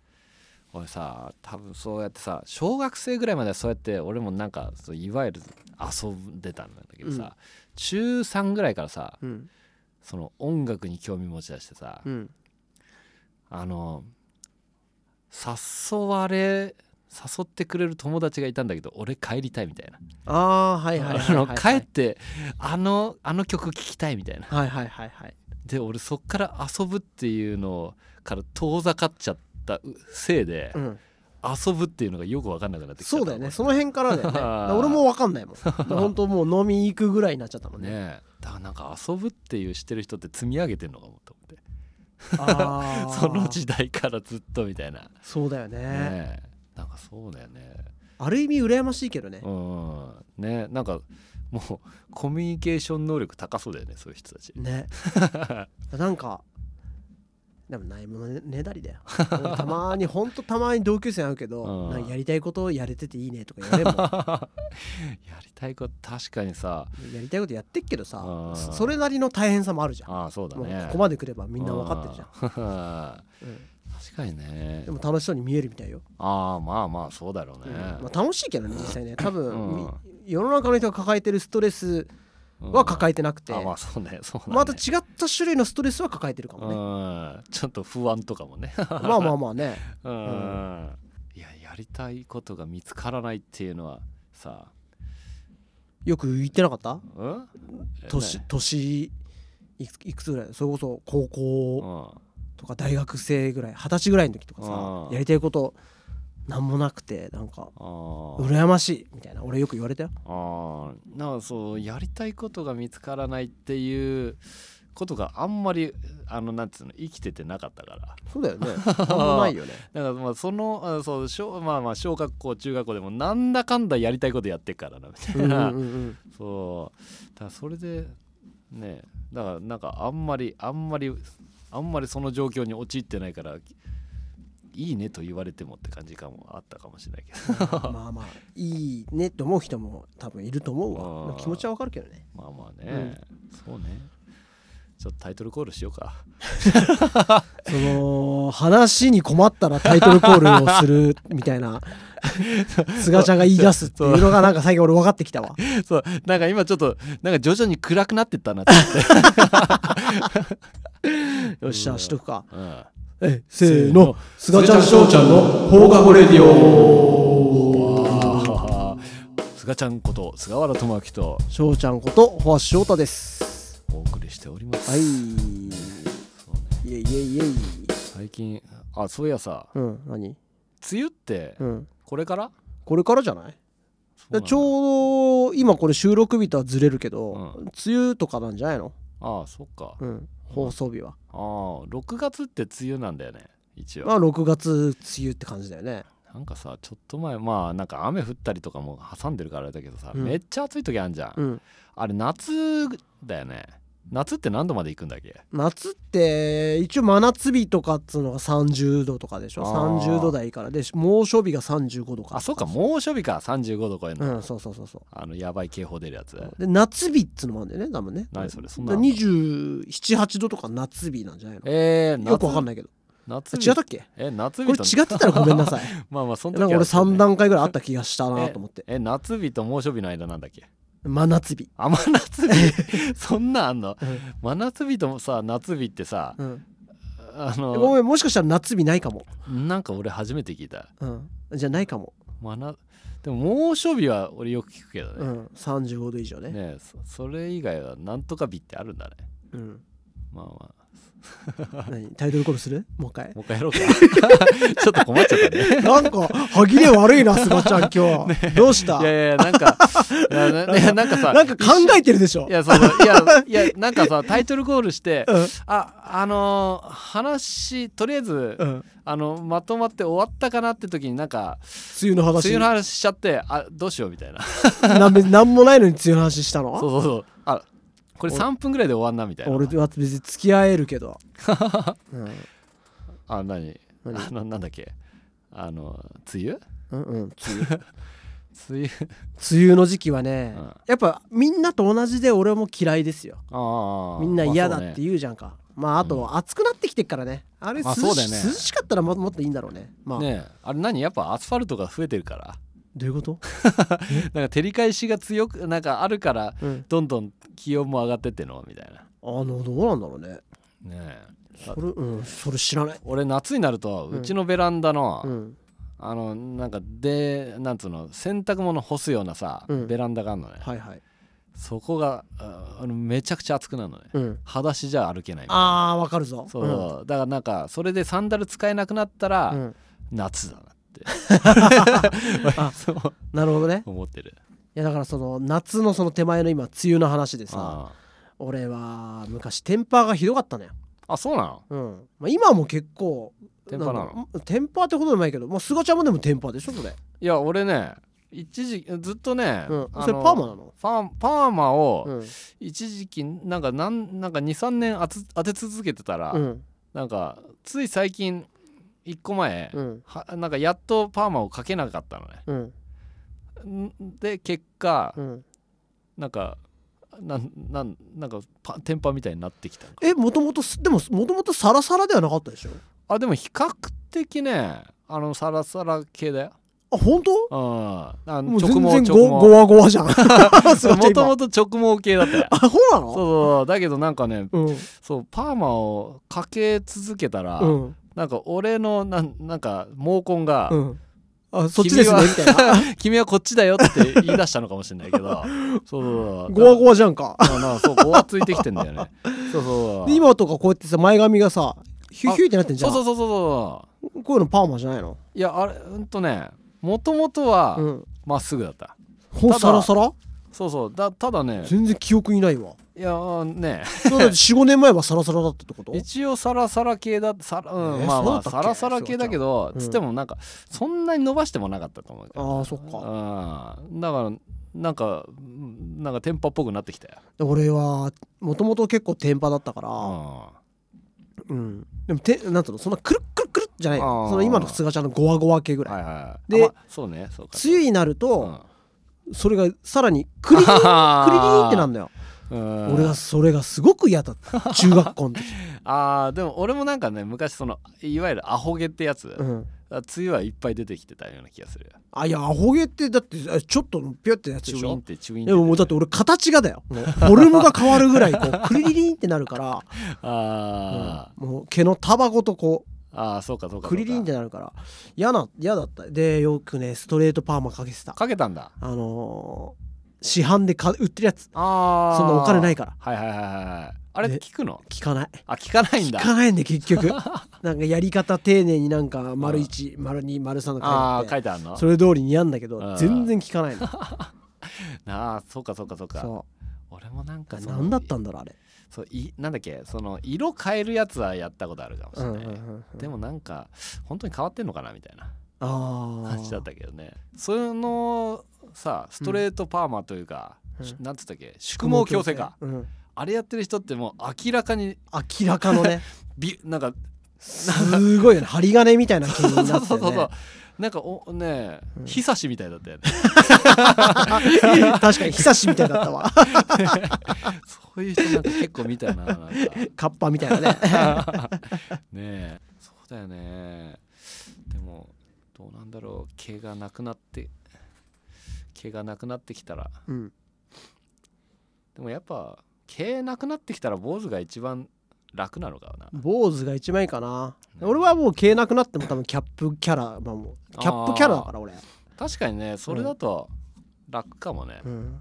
[SPEAKER 2] 俺さ多分そうやってさ小学生ぐらいまではそうやって俺もなんかそういわゆる遊んでたんだけどさ、
[SPEAKER 1] うん
[SPEAKER 2] 中3ぐらいからさ
[SPEAKER 1] うん
[SPEAKER 2] その音楽に興味持ち出してさ、
[SPEAKER 1] うん
[SPEAKER 2] あの誘われ誘ってくれる友達がいたんだけど俺帰りたいみたいな
[SPEAKER 1] ああーはいはいはい
[SPEAKER 2] あ
[SPEAKER 1] はい
[SPEAKER 2] の
[SPEAKER 1] はい
[SPEAKER 2] 帰ってあのあの曲聴きたいみたいな
[SPEAKER 1] はいはいはいはい
[SPEAKER 2] で俺そっから遊ぶっていうのから遠ざかっちゃったせいで、
[SPEAKER 1] うん
[SPEAKER 2] 遊ぶっていうのがよく分かんなくなってきちゃっ
[SPEAKER 1] そ
[SPEAKER 2] た
[SPEAKER 1] うだよねその辺から だよねだから俺も分かんないもん本当もう飲みに行くぐらいになっちゃったもんね
[SPEAKER 2] ねえだからなんか遊ぶっていうしてる人って積み上げてんのかもと思って
[SPEAKER 1] あー
[SPEAKER 2] その時代からずっとみたいなね
[SPEAKER 1] そうだよね
[SPEAKER 2] えなんかそうだよね
[SPEAKER 1] ある意味羨ましいけどね、
[SPEAKER 2] うんねなんかもうコミュニケーション能力高そうだよねそういう人たち
[SPEAKER 1] ねなんかでもないものねだりだよ俺たまにほんとたまに同級生会うけど、
[SPEAKER 2] うん
[SPEAKER 1] なんかやりたいことやれてていいねとか言われるもん
[SPEAKER 2] やりたいこと確かにさ
[SPEAKER 1] やりたいことやってっけどさ
[SPEAKER 2] うん
[SPEAKER 1] そそれなりの大変さもあるじゃん
[SPEAKER 2] ああそうだ
[SPEAKER 1] もう
[SPEAKER 2] ね
[SPEAKER 1] ここまで来ればみんな分かってるじゃん
[SPEAKER 2] ゃん
[SPEAKER 1] うん
[SPEAKER 2] 確かにね
[SPEAKER 1] でも楽しそうに見えるみたいよ、
[SPEAKER 2] ああまあまあそうだろう
[SPEAKER 1] うん
[SPEAKER 2] ね、
[SPEAKER 1] まあ、楽しいけどね実際ね多分、
[SPEAKER 2] うん
[SPEAKER 1] み世の中の人が抱えてるストレス
[SPEAKER 2] うん
[SPEAKER 1] は抱えてなくて、
[SPEAKER 2] あまあそうねそうだね
[SPEAKER 1] また違った種類のストレスは抱えてるかもね、
[SPEAKER 2] うんちょっと不安とかもね
[SPEAKER 1] まあまあまあね
[SPEAKER 2] うんいややりたいことが見つからないっていうのはさ
[SPEAKER 1] よく言ってなかった
[SPEAKER 2] うん
[SPEAKER 1] 年
[SPEAKER 2] ね
[SPEAKER 1] 年いくいくつぐらいそれこそ高
[SPEAKER 2] うん
[SPEAKER 1] 校
[SPEAKER 2] あ
[SPEAKER 1] とか大学生ぐらい二十歳ぐらいの時とかさ
[SPEAKER 2] うん
[SPEAKER 1] やりたいことなんもなくてなんか
[SPEAKER 2] ー
[SPEAKER 1] 羨ましいみたいな俺よく言われたよ
[SPEAKER 2] あーなんかそうやりたいことが見つからないっていうことがあんまりあのなんつうの生きててなかったから
[SPEAKER 1] そうだ よねなんもないよね
[SPEAKER 2] だからまあそのあそう小まあまあ小学校中学校でもなんだかんだやりたいことやってっからなみた
[SPEAKER 1] う
[SPEAKER 2] い
[SPEAKER 1] んう
[SPEAKER 2] な、
[SPEAKER 1] んうん
[SPEAKER 2] そうだからそれでねだからなんかあんまりあんまりあんまりその状況に陥ってないからいいねと言われてもって感じかもあったかもしれないけ ど
[SPEAKER 1] まあまあいいねって思う人も多分いると思う
[SPEAKER 2] あ
[SPEAKER 1] わ
[SPEAKER 2] ー
[SPEAKER 1] 気持ちはわかるけどね
[SPEAKER 2] まあまあね、そうねちょっとタイトルコールしようか
[SPEAKER 1] その話に困ったらタイトルコールをするみたい な菅ちゃんが言い出すっていうのがなんか最近俺分かってきたわ
[SPEAKER 2] そうなんか今ちょっとなんか徐々に暗くなってったなって思って、
[SPEAKER 1] よっしゃしとくか
[SPEAKER 2] うん
[SPEAKER 1] えせーの菅ちゃん翔ちゃんの放課後レディオ
[SPEAKER 2] あー菅ちゃんこと菅原智明と
[SPEAKER 1] 翔ちゃんことホアシ翔太です
[SPEAKER 2] お送りしております、
[SPEAKER 1] はい
[SPEAKER 2] そうね、
[SPEAKER 1] いえいえいえい
[SPEAKER 2] 最近あそういやさ
[SPEAKER 1] うん何
[SPEAKER 2] 梅雨って
[SPEAKER 1] うん
[SPEAKER 2] これから、
[SPEAKER 1] これからじゃない
[SPEAKER 2] そうなんだ
[SPEAKER 1] ちょうど今これ収録日とはずれるけど、
[SPEAKER 2] うん
[SPEAKER 1] 梅雨とかなんじゃないの、
[SPEAKER 2] ああそっか、
[SPEAKER 1] うん、放送日は、
[SPEAKER 2] ああ6月って梅雨なんだよね一応、
[SPEAKER 1] まあ6月梅雨って感じだよね
[SPEAKER 2] なんかさちょっと前まあなんか雨降ったりとかも挟んでるからあれだけどさ、
[SPEAKER 1] うん
[SPEAKER 2] めっちゃ暑い時あんじゃん、
[SPEAKER 1] うん
[SPEAKER 2] あれ夏だよね夏って何度まで行くんだっけ
[SPEAKER 1] 夏って一応真夏日とかっつうのが30度とかでしょ
[SPEAKER 2] あー
[SPEAKER 1] 30度台からで猛暑日が35度か
[SPEAKER 2] あそっか猛暑日か35度超え
[SPEAKER 1] う
[SPEAKER 2] るの、
[SPEAKER 1] んそうそうそうそう
[SPEAKER 2] あのやばい警報出るやつ
[SPEAKER 1] で夏日っつうのもあるんだよね多分ね
[SPEAKER 2] 何それそんなの
[SPEAKER 1] 278度とか夏日なんじゃないの
[SPEAKER 2] えー、
[SPEAKER 1] よくわかん
[SPEAKER 2] ない
[SPEAKER 1] ないけど
[SPEAKER 2] 夏日
[SPEAKER 1] 違ったっけ
[SPEAKER 2] え夏日
[SPEAKER 1] これ
[SPEAKER 2] と
[SPEAKER 1] 違ってたらごめんな さい
[SPEAKER 2] まあまあその時
[SPEAKER 1] なんか俺3
[SPEAKER 2] 段
[SPEAKER 1] 段階ぐらいあった気がしたなと思 って
[SPEAKER 2] え夏日と猛暑日の間なんだっけ
[SPEAKER 1] 真夏日
[SPEAKER 2] あ真 夏日そんなんあんの
[SPEAKER 1] うん
[SPEAKER 2] 真夏日ともさ夏日ってさ
[SPEAKER 1] うん
[SPEAKER 2] あの
[SPEAKER 1] ごめんもしかしたら夏日ないかも、
[SPEAKER 2] なんか俺初めて聞いた
[SPEAKER 1] うん、じゃあないかも、
[SPEAKER 2] 真夏でも猛暑日は俺よく聞くけど
[SPEAKER 1] う
[SPEAKER 2] ね,、
[SPEAKER 1] ん、35度以上ね
[SPEAKER 2] ねえそそれ以外はなんとか日ってあるんだね
[SPEAKER 1] うん、
[SPEAKER 2] まあまあ
[SPEAKER 1] 何タイトルコールするもう一 回
[SPEAKER 2] もう一回や ろうかちょっと困っちゃったね
[SPEAKER 1] なんか歯切れ悪いなすがちゃん 今日、どうした
[SPEAKER 2] いやいやなんかいや なななんかさ
[SPEAKER 1] なんか考えてるでしょ
[SPEAKER 2] いやそのいやいやなんかさタイトルコールして
[SPEAKER 1] うん
[SPEAKER 2] ああのー話とりあえず
[SPEAKER 1] うん、梅
[SPEAKER 2] あのまとまって終わったかなって時になんか
[SPEAKER 1] 雨の
[SPEAKER 2] 梅
[SPEAKER 1] 話
[SPEAKER 2] 雨の話しちゃってあどうしようみたいなそ
[SPEAKER 1] なんでなんもないのに梅雨の話したの
[SPEAKER 2] うそうそうあこれ
[SPEAKER 1] お
[SPEAKER 2] 3分ぐらいで終わんなみたいな
[SPEAKER 1] 俺は別に付き合えるけ ど、うん
[SPEAKER 2] あ何
[SPEAKER 1] 何
[SPEAKER 2] あのなんだっけあの梅雨
[SPEAKER 1] うんうん、梅
[SPEAKER 2] 梅雨
[SPEAKER 1] 雨の時期はね、
[SPEAKER 2] うん
[SPEAKER 1] やっぱみんなと同じで俺も嫌いですよ
[SPEAKER 2] ああ
[SPEAKER 1] みんな嫌だって
[SPEAKER 2] う
[SPEAKER 1] 言うじゃんかまああと暑くなってきてっからねあれ涼
[SPEAKER 2] まあ
[SPEAKER 1] し,、
[SPEAKER 2] そうだよね
[SPEAKER 1] 涼しかったらももっといいんだろうねまあ
[SPEAKER 2] ねねえあれ何やっぱアスファルトが増えてるから
[SPEAKER 1] どういうこと、
[SPEAKER 2] なんか照り返しが強くなんかあるから
[SPEAKER 1] うん、
[SPEAKER 2] どんどん気温も上がってってのみたいな
[SPEAKER 1] あのどうなんだろうね
[SPEAKER 2] ねえ
[SPEAKER 1] それうんそれ知らない
[SPEAKER 2] 俺夏になると
[SPEAKER 1] うん
[SPEAKER 2] うちのベランダの、
[SPEAKER 1] うん
[SPEAKER 2] あのなんかでなんつうの洗濯物干すようなさ、
[SPEAKER 1] うん
[SPEAKER 2] ベランダがあるのね、
[SPEAKER 1] はいはい
[SPEAKER 2] そこがああのめちゃくちゃ暑くなるのね、
[SPEAKER 1] うん
[SPEAKER 2] 裸足じゃ歩けないみたいな
[SPEAKER 1] あーわかるぞ
[SPEAKER 2] そう、だからなんかそれでサンダル使えなくなったら、
[SPEAKER 1] うんうん
[SPEAKER 2] 夏だなって
[SPEAKER 1] あ
[SPEAKER 2] そう
[SPEAKER 1] なるほどね
[SPEAKER 2] 思ってる
[SPEAKER 1] いやだからその夏のその手前の今梅雨の話でさ
[SPEAKER 2] あ
[SPEAKER 1] 俺は昔テンパーがひどかったのよ、
[SPEAKER 2] ああそうなの
[SPEAKER 1] うんまあ、今はもう結構
[SPEAKER 2] テンパなの
[SPEAKER 1] んだテンパーってことでもないけどもうすがちゃんもでもテンパーでしょそれ、
[SPEAKER 2] いや俺ね一時ずっとね、
[SPEAKER 1] うん、
[SPEAKER 2] あの
[SPEAKER 1] それパーマなの
[SPEAKER 2] パーパーマを
[SPEAKER 1] うん
[SPEAKER 2] 一時期なんかなんなんか23年当て当て続けてたら、
[SPEAKER 1] うん
[SPEAKER 2] なんかつい最近一個前、
[SPEAKER 1] うん
[SPEAKER 2] はなんかやっとパーマをかけなかったの
[SPEAKER 1] うん
[SPEAKER 2] ねんで結果
[SPEAKER 1] うん
[SPEAKER 2] なんかなんなんなんかパテンパみたいになってきたの
[SPEAKER 1] えもともとすでももともとサラサラではなかったでしょ
[SPEAKER 2] ああでも比較的ねあのサラサラ系だよ
[SPEAKER 1] あ本当
[SPEAKER 2] うん
[SPEAKER 1] も
[SPEAKER 2] あの
[SPEAKER 1] う
[SPEAKER 2] 直
[SPEAKER 1] 全
[SPEAKER 2] 毛
[SPEAKER 1] 然
[SPEAKER 2] 直毛
[SPEAKER 1] ごごわごわじ ゃんすいませ
[SPEAKER 2] も
[SPEAKER 1] ん
[SPEAKER 2] と
[SPEAKER 1] 今
[SPEAKER 2] もと直毛系だったよ
[SPEAKER 1] あそうな
[SPEAKER 2] そう
[SPEAKER 1] の
[SPEAKER 2] そうだけどなんかね
[SPEAKER 1] うん
[SPEAKER 2] そうパーマをかけ続けたら、
[SPEAKER 1] うん
[SPEAKER 2] なんか俺のなんなんか毛根が、
[SPEAKER 1] うんあそっちですね
[SPEAKER 2] 君は
[SPEAKER 1] みたい な
[SPEAKER 2] 君はこっちだよ」って言い出したのかもしれない けどそうそうそう
[SPEAKER 1] ごわごわじゃんか
[SPEAKER 2] だからなそうごわついてきてんだよね そうそう
[SPEAKER 1] で今とかこうやってさ前髪がさヒューヒューってなってんじゃ
[SPEAKER 2] そうんそうそうそうそ
[SPEAKER 1] こういうのパーマじゃないの
[SPEAKER 2] ういやあれうんとねもともとは
[SPEAKER 1] うん
[SPEAKER 2] まっすぐだった、
[SPEAKER 1] ほ
[SPEAKER 2] た
[SPEAKER 1] ん
[SPEAKER 2] だ
[SPEAKER 1] サラサラ
[SPEAKER 2] そうそうだただね
[SPEAKER 1] 全然記憶にない わ
[SPEAKER 2] いやーね
[SPEAKER 1] そうだって45年前はサラサラだったってこと
[SPEAKER 2] 一応サラサラ系だサラ、うん
[SPEAKER 1] えー
[SPEAKER 2] まあまあ
[SPEAKER 1] そうだ
[SPEAKER 2] サ
[SPEAKER 1] ったっけ
[SPEAKER 2] ラサラ系だけど
[SPEAKER 1] そうか
[SPEAKER 2] つってもなんかそんなに伸ばしてもなかったと思うけど
[SPEAKER 1] ああそっか
[SPEAKER 2] うんだからなんかうんなんかテンパっぽくなってきたよ
[SPEAKER 1] 俺はもともと結構テンパだったから
[SPEAKER 2] あ
[SPEAKER 1] うんでもてなんつうのそんなくるっくるっくるっじゃない
[SPEAKER 2] あ
[SPEAKER 1] の
[SPEAKER 2] ー
[SPEAKER 1] その今のすがちゃんのゴワゴワ系ぐらい
[SPEAKER 2] はいはい
[SPEAKER 1] で
[SPEAKER 2] あまあそうねそうか
[SPEAKER 1] 梅雨になる
[SPEAKER 2] う
[SPEAKER 1] と
[SPEAKER 2] ん
[SPEAKER 1] それがさらにクリリンクリリンってなんだよ
[SPEAKER 2] うん
[SPEAKER 1] 俺がそれがすごく嫌だ った中学校の時
[SPEAKER 2] あーでも俺もなんかね昔そのいわゆるアホ毛ってやつ、
[SPEAKER 1] うん
[SPEAKER 2] あ梅雨はいっぱい出てきてたような気がする
[SPEAKER 1] あいやアホ毛ってだってあちょっとピュってやつ
[SPEAKER 2] チ
[SPEAKER 1] で
[SPEAKER 2] ュ
[SPEAKER 1] し
[SPEAKER 2] イン
[SPEAKER 1] ょ
[SPEAKER 2] ってチュインって
[SPEAKER 1] でももうだって俺形がだよもうフォルムが変わるぐらいこうクリリリンってなるから、
[SPEAKER 2] あー、
[SPEAKER 1] うんもう毛のタバコとこ
[SPEAKER 2] あーそうかそう
[SPEAKER 1] う
[SPEAKER 2] かそうか
[SPEAKER 1] クリリンってなるから嫌な嫌だったでよくねストレートパーマかけてた
[SPEAKER 2] かけたんだ
[SPEAKER 1] あのー市販でか売ってるやつ
[SPEAKER 2] ああ
[SPEAKER 1] そんなお金ないから
[SPEAKER 2] はいはいはいはいあれ
[SPEAKER 1] で
[SPEAKER 2] 聞くの
[SPEAKER 1] 聞かない
[SPEAKER 2] あ聞かないんだ
[SPEAKER 1] 聞かないんで結 局なんかやり方丁寧になんか丸一丸二丸三の書いてあっ
[SPEAKER 2] ああ
[SPEAKER 1] て
[SPEAKER 2] 書いてあるの
[SPEAKER 1] それ通りにやんだけ
[SPEAKER 2] う
[SPEAKER 1] ど
[SPEAKER 2] ん
[SPEAKER 1] 全然聞か ないの
[SPEAKER 2] ああそうかそうかそうか
[SPEAKER 1] そ
[SPEAKER 2] 俺もなんか
[SPEAKER 1] う
[SPEAKER 2] その
[SPEAKER 1] 何だったんだろうあれ
[SPEAKER 2] そういなんだっけその色変えるやつはやったことあるかもし
[SPEAKER 1] う
[SPEAKER 2] れ
[SPEAKER 1] んう
[SPEAKER 2] なんい、
[SPEAKER 1] うんうん
[SPEAKER 2] でもなんか本当に変わってんのかなみたいな
[SPEAKER 1] ああ
[SPEAKER 2] 感じだったけどねそのさストレートパーマというか、
[SPEAKER 1] うん
[SPEAKER 2] しなんつったっけ宿毛矯正か
[SPEAKER 1] うん
[SPEAKER 2] あれやってる人ってもう明らかに
[SPEAKER 1] 明らかの ね
[SPEAKER 2] びなんか、
[SPEAKER 1] すごいよね針金みたいな毛にな
[SPEAKER 2] そ
[SPEAKER 1] っ
[SPEAKER 2] う
[SPEAKER 1] て
[SPEAKER 2] そうそうそう
[SPEAKER 1] ね
[SPEAKER 2] なんかおねえ、
[SPEAKER 1] うん
[SPEAKER 2] ひさしみたいだったよ ね
[SPEAKER 1] 確かに久しみたいだったわ
[SPEAKER 2] そういう人なんか結構見たよな なんか
[SPEAKER 1] カッパみたいなね
[SPEAKER 2] ねえそうだよねでもどうなんだろう毛がなくなって毛がなくなってきたら
[SPEAKER 1] うん
[SPEAKER 2] でもやっぱ毛なくなってきたら坊主が一番楽なのかな
[SPEAKER 1] 坊主が一枚かな
[SPEAKER 2] うん
[SPEAKER 1] 俺はもう毛なくなっても多分キャップキャラまあもうキャップキャラだから俺
[SPEAKER 2] 確かにねそれだと楽かもね、
[SPEAKER 1] うん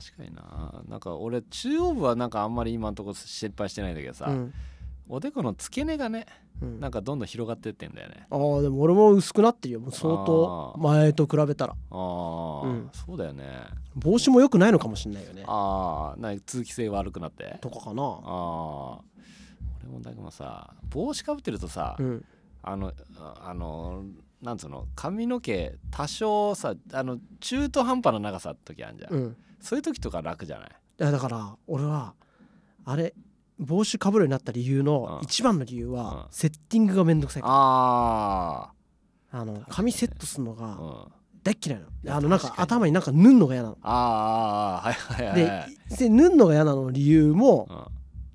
[SPEAKER 2] 確かにななんか俺中央部はなんかあんまり今のとこ心配してないんだけどさ、
[SPEAKER 1] うん
[SPEAKER 2] おでこの付け根がね
[SPEAKER 1] うん
[SPEAKER 2] なんかどんどん広がってってんだよね
[SPEAKER 1] ああでも俺も薄くなってるよもう相当
[SPEAKER 2] あー
[SPEAKER 1] 前と比べたら
[SPEAKER 2] ああ、
[SPEAKER 1] うん
[SPEAKER 2] そうだよね
[SPEAKER 1] 帽子も良くないのかもしれないよね
[SPEAKER 2] ああなんか通気性悪くなって
[SPEAKER 1] とかかな
[SPEAKER 2] ああ俺もだけどさ帽子かぶってるとさ、
[SPEAKER 1] うん
[SPEAKER 2] あのああのなんつうの髪の毛多少さあの中途半端な長さの時あるじゃん、
[SPEAKER 1] うん
[SPEAKER 2] そういう時とか楽じゃない
[SPEAKER 1] いやだから俺はあれ帽子かぶるようになった理由の
[SPEAKER 2] うん
[SPEAKER 1] 一番の理由
[SPEAKER 2] うん
[SPEAKER 1] はセッティングがめんどくさいから
[SPEAKER 2] あ
[SPEAKER 1] あの髪セットするの
[SPEAKER 2] あ、う
[SPEAKER 1] が
[SPEAKER 2] ん、あ
[SPEAKER 1] 大っ嫌いなのあのなん
[SPEAKER 2] 確かに
[SPEAKER 1] か頭になんか縫んのが嫌なの
[SPEAKER 2] あはいはいはい
[SPEAKER 1] で
[SPEAKER 2] はい、
[SPEAKER 1] で縫んのが嫌なの理由も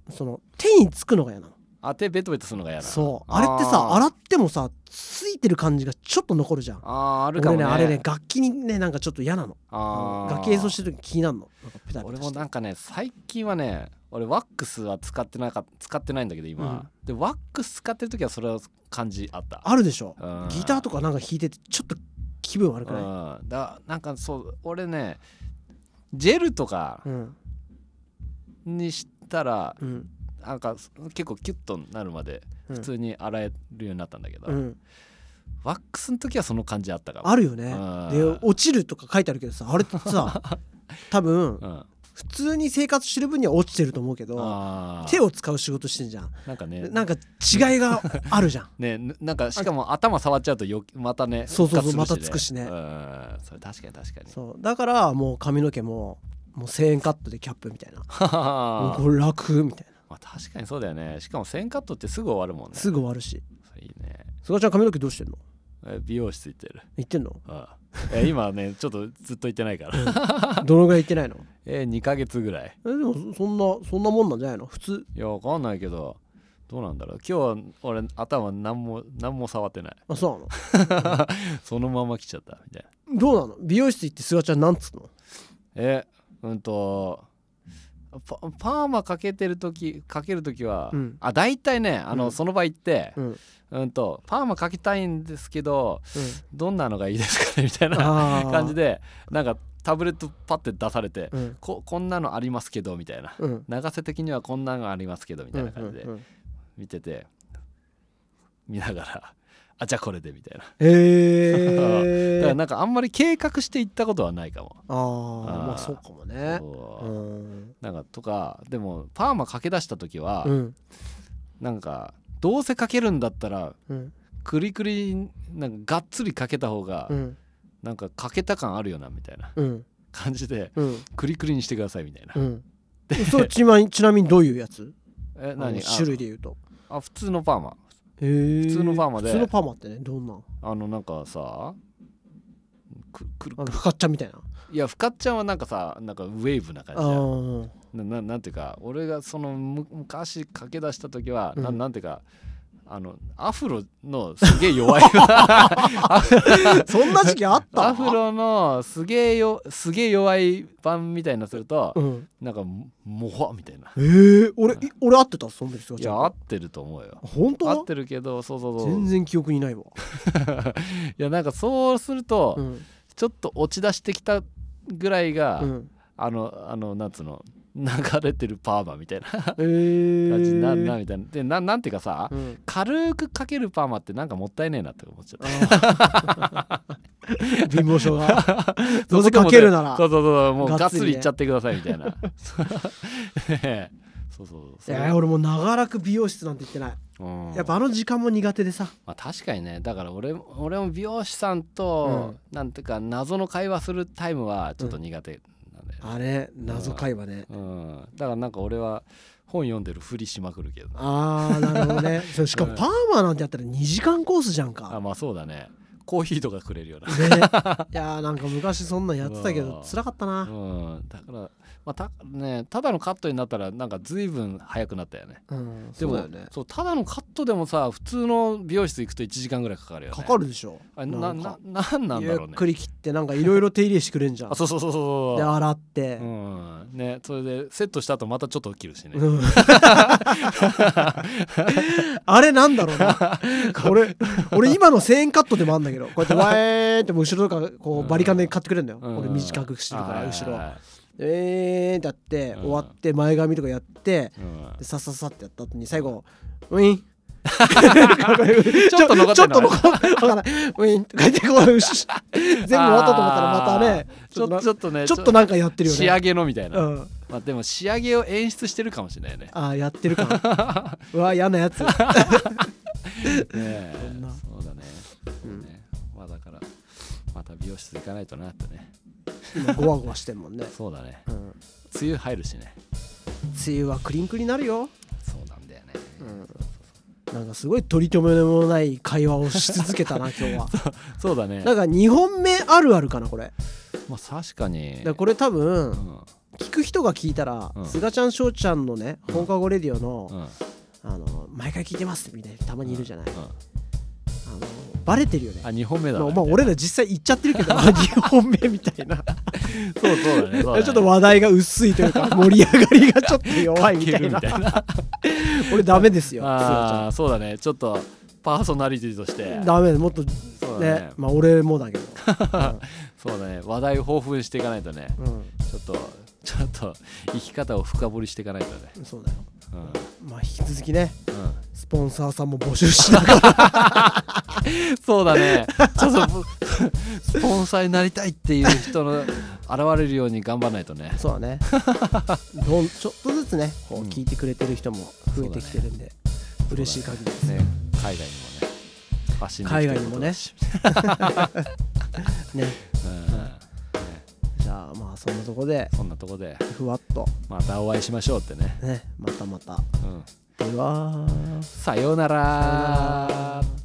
[SPEAKER 2] うん、
[SPEAKER 1] その手につくのが嫌なの
[SPEAKER 2] あ手ベトベトするのが嫌な
[SPEAKER 1] そうあれってさ
[SPEAKER 2] あー
[SPEAKER 1] 洗ってもさついてる感じがちょっと残るじゃん
[SPEAKER 2] あーある
[SPEAKER 1] 俺
[SPEAKER 2] かもね
[SPEAKER 1] ねあれね楽器にねなんかちょっと嫌なの
[SPEAKER 2] あー
[SPEAKER 1] 楽器演奏してる時気になるのなんかペタペ
[SPEAKER 2] 俺
[SPEAKER 1] タ
[SPEAKER 2] も
[SPEAKER 1] して
[SPEAKER 2] なんかね最近はね俺ワックスは使ってなか使ってないんだけど今、でワックス使ってる時はそれは感じあった
[SPEAKER 1] あるでしょ
[SPEAKER 2] うん
[SPEAKER 1] ギターとかなんか弾いててちょっと気分悪くない
[SPEAKER 2] うんだなんかそう俺ねジェルとか
[SPEAKER 1] うん
[SPEAKER 2] にしたら
[SPEAKER 1] うん
[SPEAKER 2] なんか結構キュッとなるまで
[SPEAKER 1] うん
[SPEAKER 2] 普通に洗えるようになったんだけど、
[SPEAKER 1] うん
[SPEAKER 2] ワックスの時はその感じあったかも
[SPEAKER 1] あるよねで
[SPEAKER 2] うん
[SPEAKER 1] 落ちるとか書いてあるけどさあれって さ多分
[SPEAKER 2] うん、
[SPEAKER 1] 普通に生活してる分には落ちてると思うけど
[SPEAKER 2] あー
[SPEAKER 1] 手を使う仕事してんじゃん
[SPEAKER 2] なんかね
[SPEAKER 1] なんか違いがあるじゃん
[SPEAKER 2] ねぬなんかしかも頭触っちゃうとよまたね
[SPEAKER 1] そうそうそう
[SPEAKER 2] 復活
[SPEAKER 1] またつくしね
[SPEAKER 2] うんそれ確かに確か に
[SPEAKER 1] そうだからもう髪の毛ももう1000円カットでキャップみたいな
[SPEAKER 2] ははは
[SPEAKER 1] もうこれ楽みたいな
[SPEAKER 2] まあ、確かにそうだよねしかも線カットってすぐ終わるもんね
[SPEAKER 1] すぐ終わるし
[SPEAKER 2] それいいね
[SPEAKER 1] 菅ちゃん髪の毛どうしてんの
[SPEAKER 2] え美容室行ってる
[SPEAKER 1] 言ってんの
[SPEAKER 2] ああえ今ねちょっとずっと行ってないから
[SPEAKER 1] どのぐらい言ってないの
[SPEAKER 2] え2ヶ月ぐらい
[SPEAKER 1] えでもそそんなそんなもんなんじゃないの普通
[SPEAKER 2] いやわかんないけどどうなんだろう今日は俺頭何も何も触ってない
[SPEAKER 1] あそうな
[SPEAKER 2] そのまま来ちゃったみたいな
[SPEAKER 1] のどうなの美容室行ってすがちゃんなんつうの
[SPEAKER 2] えうんとパパーマかけてる時かける時は、
[SPEAKER 1] うん
[SPEAKER 2] あ大体ねあの、
[SPEAKER 1] うん
[SPEAKER 2] その場行って、
[SPEAKER 1] うん、うん、
[SPEAKER 2] うんとパーマかけたいんですけどどんなのがいいですかねみたいな
[SPEAKER 1] あー
[SPEAKER 2] 感じ、でなんかタブレットパッて出されて、
[SPEAKER 1] うん
[SPEAKER 2] ここんなのありますけどみたいな
[SPEAKER 1] うん、み
[SPEAKER 2] 長瀬的にはこんなのありますけどみたいな感じで見てて見ながら あじゃあこれでみたいな
[SPEAKER 1] へ
[SPEAKER 2] だか
[SPEAKER 1] え
[SPEAKER 2] らなんかあんまり計画して行ったことはないかも
[SPEAKER 1] あー
[SPEAKER 2] あー
[SPEAKER 1] まあそうかもね
[SPEAKER 2] そう
[SPEAKER 1] うん
[SPEAKER 2] なんかとかでもパーマかけ出した時は、
[SPEAKER 1] うん
[SPEAKER 2] なんかどうせかけるんだったら
[SPEAKER 1] うん
[SPEAKER 2] クリクリなんかがっつりかけた方が、
[SPEAKER 1] うん
[SPEAKER 2] なんかかけた感あるよなみたいな
[SPEAKER 1] うん
[SPEAKER 2] 感じで
[SPEAKER 1] うん
[SPEAKER 2] クリクリにしてくださいみたいな、
[SPEAKER 1] うんそれちなみに ちなみにどういうやつ
[SPEAKER 2] え
[SPEAKER 1] あの
[SPEAKER 2] 何
[SPEAKER 1] 種類で言うと
[SPEAKER 2] ああ普通のパーマ
[SPEAKER 1] 普
[SPEAKER 2] 通のパーマで
[SPEAKER 1] 普通のパーマってねどんなん
[SPEAKER 2] あのなんかさくくる
[SPEAKER 1] あのフカッチャみたいない
[SPEAKER 2] やふかっちゃんはなんかさなんかウェーブな感
[SPEAKER 1] あ
[SPEAKER 2] じじゃん
[SPEAKER 1] ー
[SPEAKER 2] なななんていうか俺がそのむ昔駆け出した時は、な
[SPEAKER 1] うん
[SPEAKER 2] なんていうかあのアフロのすげえ弱い アフ
[SPEAKER 1] そんな時期あ った
[SPEAKER 2] アフロのすげえよすげえ弱い版みたいなすると、
[SPEAKER 1] うん
[SPEAKER 2] なんかももはみたいな
[SPEAKER 1] えー俺い俺合ってたその時すが
[SPEAKER 2] い
[SPEAKER 1] ちゃ
[SPEAKER 2] や
[SPEAKER 1] ん
[SPEAKER 2] 合ってると思うよ
[SPEAKER 1] 本当
[SPEAKER 2] 合ってるけどそうそうそう
[SPEAKER 1] 全然記憶にないわ
[SPEAKER 2] いやなんかそうすると、
[SPEAKER 1] うん
[SPEAKER 2] ちょっと落ち出してきたぐらいが、
[SPEAKER 1] うん
[SPEAKER 2] あのあのなんつうの流れてるパーマみたいな感
[SPEAKER 1] えー
[SPEAKER 2] じになるなみたいなでななんていうかさ、
[SPEAKER 1] うん
[SPEAKER 2] 軽くかけるパーマってなんかもったいねえなって思っちゃった。
[SPEAKER 1] 貧乏症が どうせかけるなら
[SPEAKER 2] そうそうそうもうが
[SPEAKER 1] が
[SPEAKER 2] っ
[SPEAKER 1] っつりね
[SPEAKER 2] つりいっちゃってくださいみた いな。そうそう
[SPEAKER 1] い
[SPEAKER 2] そう。
[SPEAKER 1] や俺も長らく美容室なんて行ってない
[SPEAKER 2] うん
[SPEAKER 1] やっぱあの時間も苦手でさ
[SPEAKER 2] まあ確かにねだから俺も俺も美容師さんと、なんていうか謎の会話するタイムはちょっと苦手なんだよね。
[SPEAKER 1] あれ謎会話ね
[SPEAKER 2] うんだからなんか俺は本読んでるふりしまくるけどな
[SPEAKER 1] あーなるほど ねそうしかもパーマなんてやったら2時間コースじゃん
[SPEAKER 2] あ
[SPEAKER 1] か
[SPEAKER 2] まあそうだねコーヒーとかくれるような。
[SPEAKER 1] ねいやーなんか昔そんなんやってたけ
[SPEAKER 2] う
[SPEAKER 1] ど
[SPEAKER 2] わ
[SPEAKER 1] 辛かった
[SPEAKER 2] う、
[SPEAKER 1] なん
[SPEAKER 2] だから、まあたね、ただのカットになったらなんか随分早くなったよね。
[SPEAKER 1] うん
[SPEAKER 2] で
[SPEAKER 1] そ
[SPEAKER 2] も
[SPEAKER 1] うだよね
[SPEAKER 2] そうただのカットでもさ普通の美容室行くと1時間ぐらいかかるよね
[SPEAKER 1] かかるでしょ
[SPEAKER 2] あれな
[SPEAKER 1] なん
[SPEAKER 2] な
[SPEAKER 1] か
[SPEAKER 2] なんなんだ
[SPEAKER 1] ゆっ
[SPEAKER 2] ろうね
[SPEAKER 1] くり切ってなんかいろいろ手入れしてくれんじゃん
[SPEAKER 2] あそうそうそうそう
[SPEAKER 1] で
[SPEAKER 2] そう
[SPEAKER 1] 洗って
[SPEAKER 2] うんねそれでセットした後またちょっと切るしね、
[SPEAKER 1] うん あれなんだろうな俺俺今の1000円カットでもあんだけどこうやって「わえー」ってもう後ろとかこ
[SPEAKER 2] うん
[SPEAKER 1] うバリカンで買ってくれるんだよ、
[SPEAKER 2] うん
[SPEAKER 1] 俺短くしてるから
[SPEAKER 2] あー
[SPEAKER 1] 後
[SPEAKER 2] は
[SPEAKER 1] ろ
[SPEAKER 2] いはい
[SPEAKER 1] えーってやって
[SPEAKER 2] うん
[SPEAKER 1] 終わって前髪とかやって
[SPEAKER 2] うん
[SPEAKER 1] でさささってやった後に最後「ウィン」ちょっ
[SPEAKER 2] ちょっと残ってんの
[SPEAKER 1] と残ってるからないウィンって書いてこう全部終わったと思ったらまたね
[SPEAKER 2] あーちょっとち
[SPEAKER 1] ちょ
[SPEAKER 2] ょっとね
[SPEAKER 1] ちょっとなんかやってるよね
[SPEAKER 2] 仕上げのみたいな、
[SPEAKER 1] うん
[SPEAKER 2] まあ、でも仕上げを演出してるかもしれないね
[SPEAKER 1] ああやってるか うわ嫌なやつ
[SPEAKER 2] ねえ
[SPEAKER 1] そんな
[SPEAKER 2] そうだね,、ねまあだからまた美容室行かないとなってね
[SPEAKER 1] 今ゴワゴワしてんもんね、
[SPEAKER 2] そうだね
[SPEAKER 1] うん、梅
[SPEAKER 2] 梅雨入るしね
[SPEAKER 1] 雨はクリンクになるよ、
[SPEAKER 2] そうなんだよね、
[SPEAKER 1] うん、なんかすごい取り留めもない会話をし続けたな今日は
[SPEAKER 2] そうだね
[SPEAKER 1] なんか2本目あるあるかなこれだか
[SPEAKER 2] まあ確かに
[SPEAKER 1] らこれ多
[SPEAKER 2] う
[SPEAKER 1] 分
[SPEAKER 2] ん
[SPEAKER 1] 聞く人が聞いたら
[SPEAKER 2] うん
[SPEAKER 1] すがちゃんしょうちゃんのね
[SPEAKER 2] うん
[SPEAKER 1] 放課後レディオ
[SPEAKER 2] う
[SPEAKER 1] の
[SPEAKER 2] んうん
[SPEAKER 1] あの毎回聞いてますみたいなたまにいるじゃない
[SPEAKER 2] うん
[SPEAKER 1] あのバレてるよね
[SPEAKER 2] あ二本目だ
[SPEAKER 1] まあ
[SPEAKER 2] な
[SPEAKER 1] まあ
[SPEAKER 2] みた
[SPEAKER 1] 俺ら実際言っちゃってるけ ど2本目みたいない
[SPEAKER 2] なそうそうだ ねそうだね
[SPEAKER 1] ちょっと話題が薄いというか盛り上がりがちょっと弱いみた
[SPEAKER 2] かけ
[SPEAKER 1] い
[SPEAKER 2] る
[SPEAKER 1] な
[SPEAKER 2] みたいな
[SPEAKER 1] 俺ダメですよすがちゃん
[SPEAKER 2] ああそうだねちょっとパーソナリティとして
[SPEAKER 1] ダメもっとね
[SPEAKER 2] そうだね
[SPEAKER 1] まあ俺もだけど、
[SPEAKER 2] そうだね話題を豊富にしていかないとね
[SPEAKER 1] うん
[SPEAKER 2] ちょっとちょっと生き方を深掘りしていかないとね
[SPEAKER 1] うん、そうだよ
[SPEAKER 2] うんうん
[SPEAKER 1] まあ引き続きね スポンサーさんも募集しながら
[SPEAKER 2] そうだねちょっとスポンサーになりたいっていう人の現れるように頑張らないとね
[SPEAKER 1] そうだねどんちょっとずつねこ
[SPEAKER 2] う
[SPEAKER 1] うん聞いてくれてる人も増えてきてるんで、嬉しい限りです、
[SPEAKER 2] ね海外にもね発信でき
[SPEAKER 1] 海外
[SPEAKER 2] てる
[SPEAKER 1] に
[SPEAKER 2] こ
[SPEAKER 1] も
[SPEAKER 2] と
[SPEAKER 1] ね
[SPEAKER 2] だし
[SPEAKER 1] ね
[SPEAKER 2] うんね
[SPEAKER 1] じゃあまあそんなとこで
[SPEAKER 2] そんなとこで
[SPEAKER 1] ふわっと
[SPEAKER 2] またお会いしましょうってね、
[SPEAKER 1] ねまたまた
[SPEAKER 2] うん、
[SPEAKER 1] では
[SPEAKER 2] さようなら
[SPEAKER 1] さようなら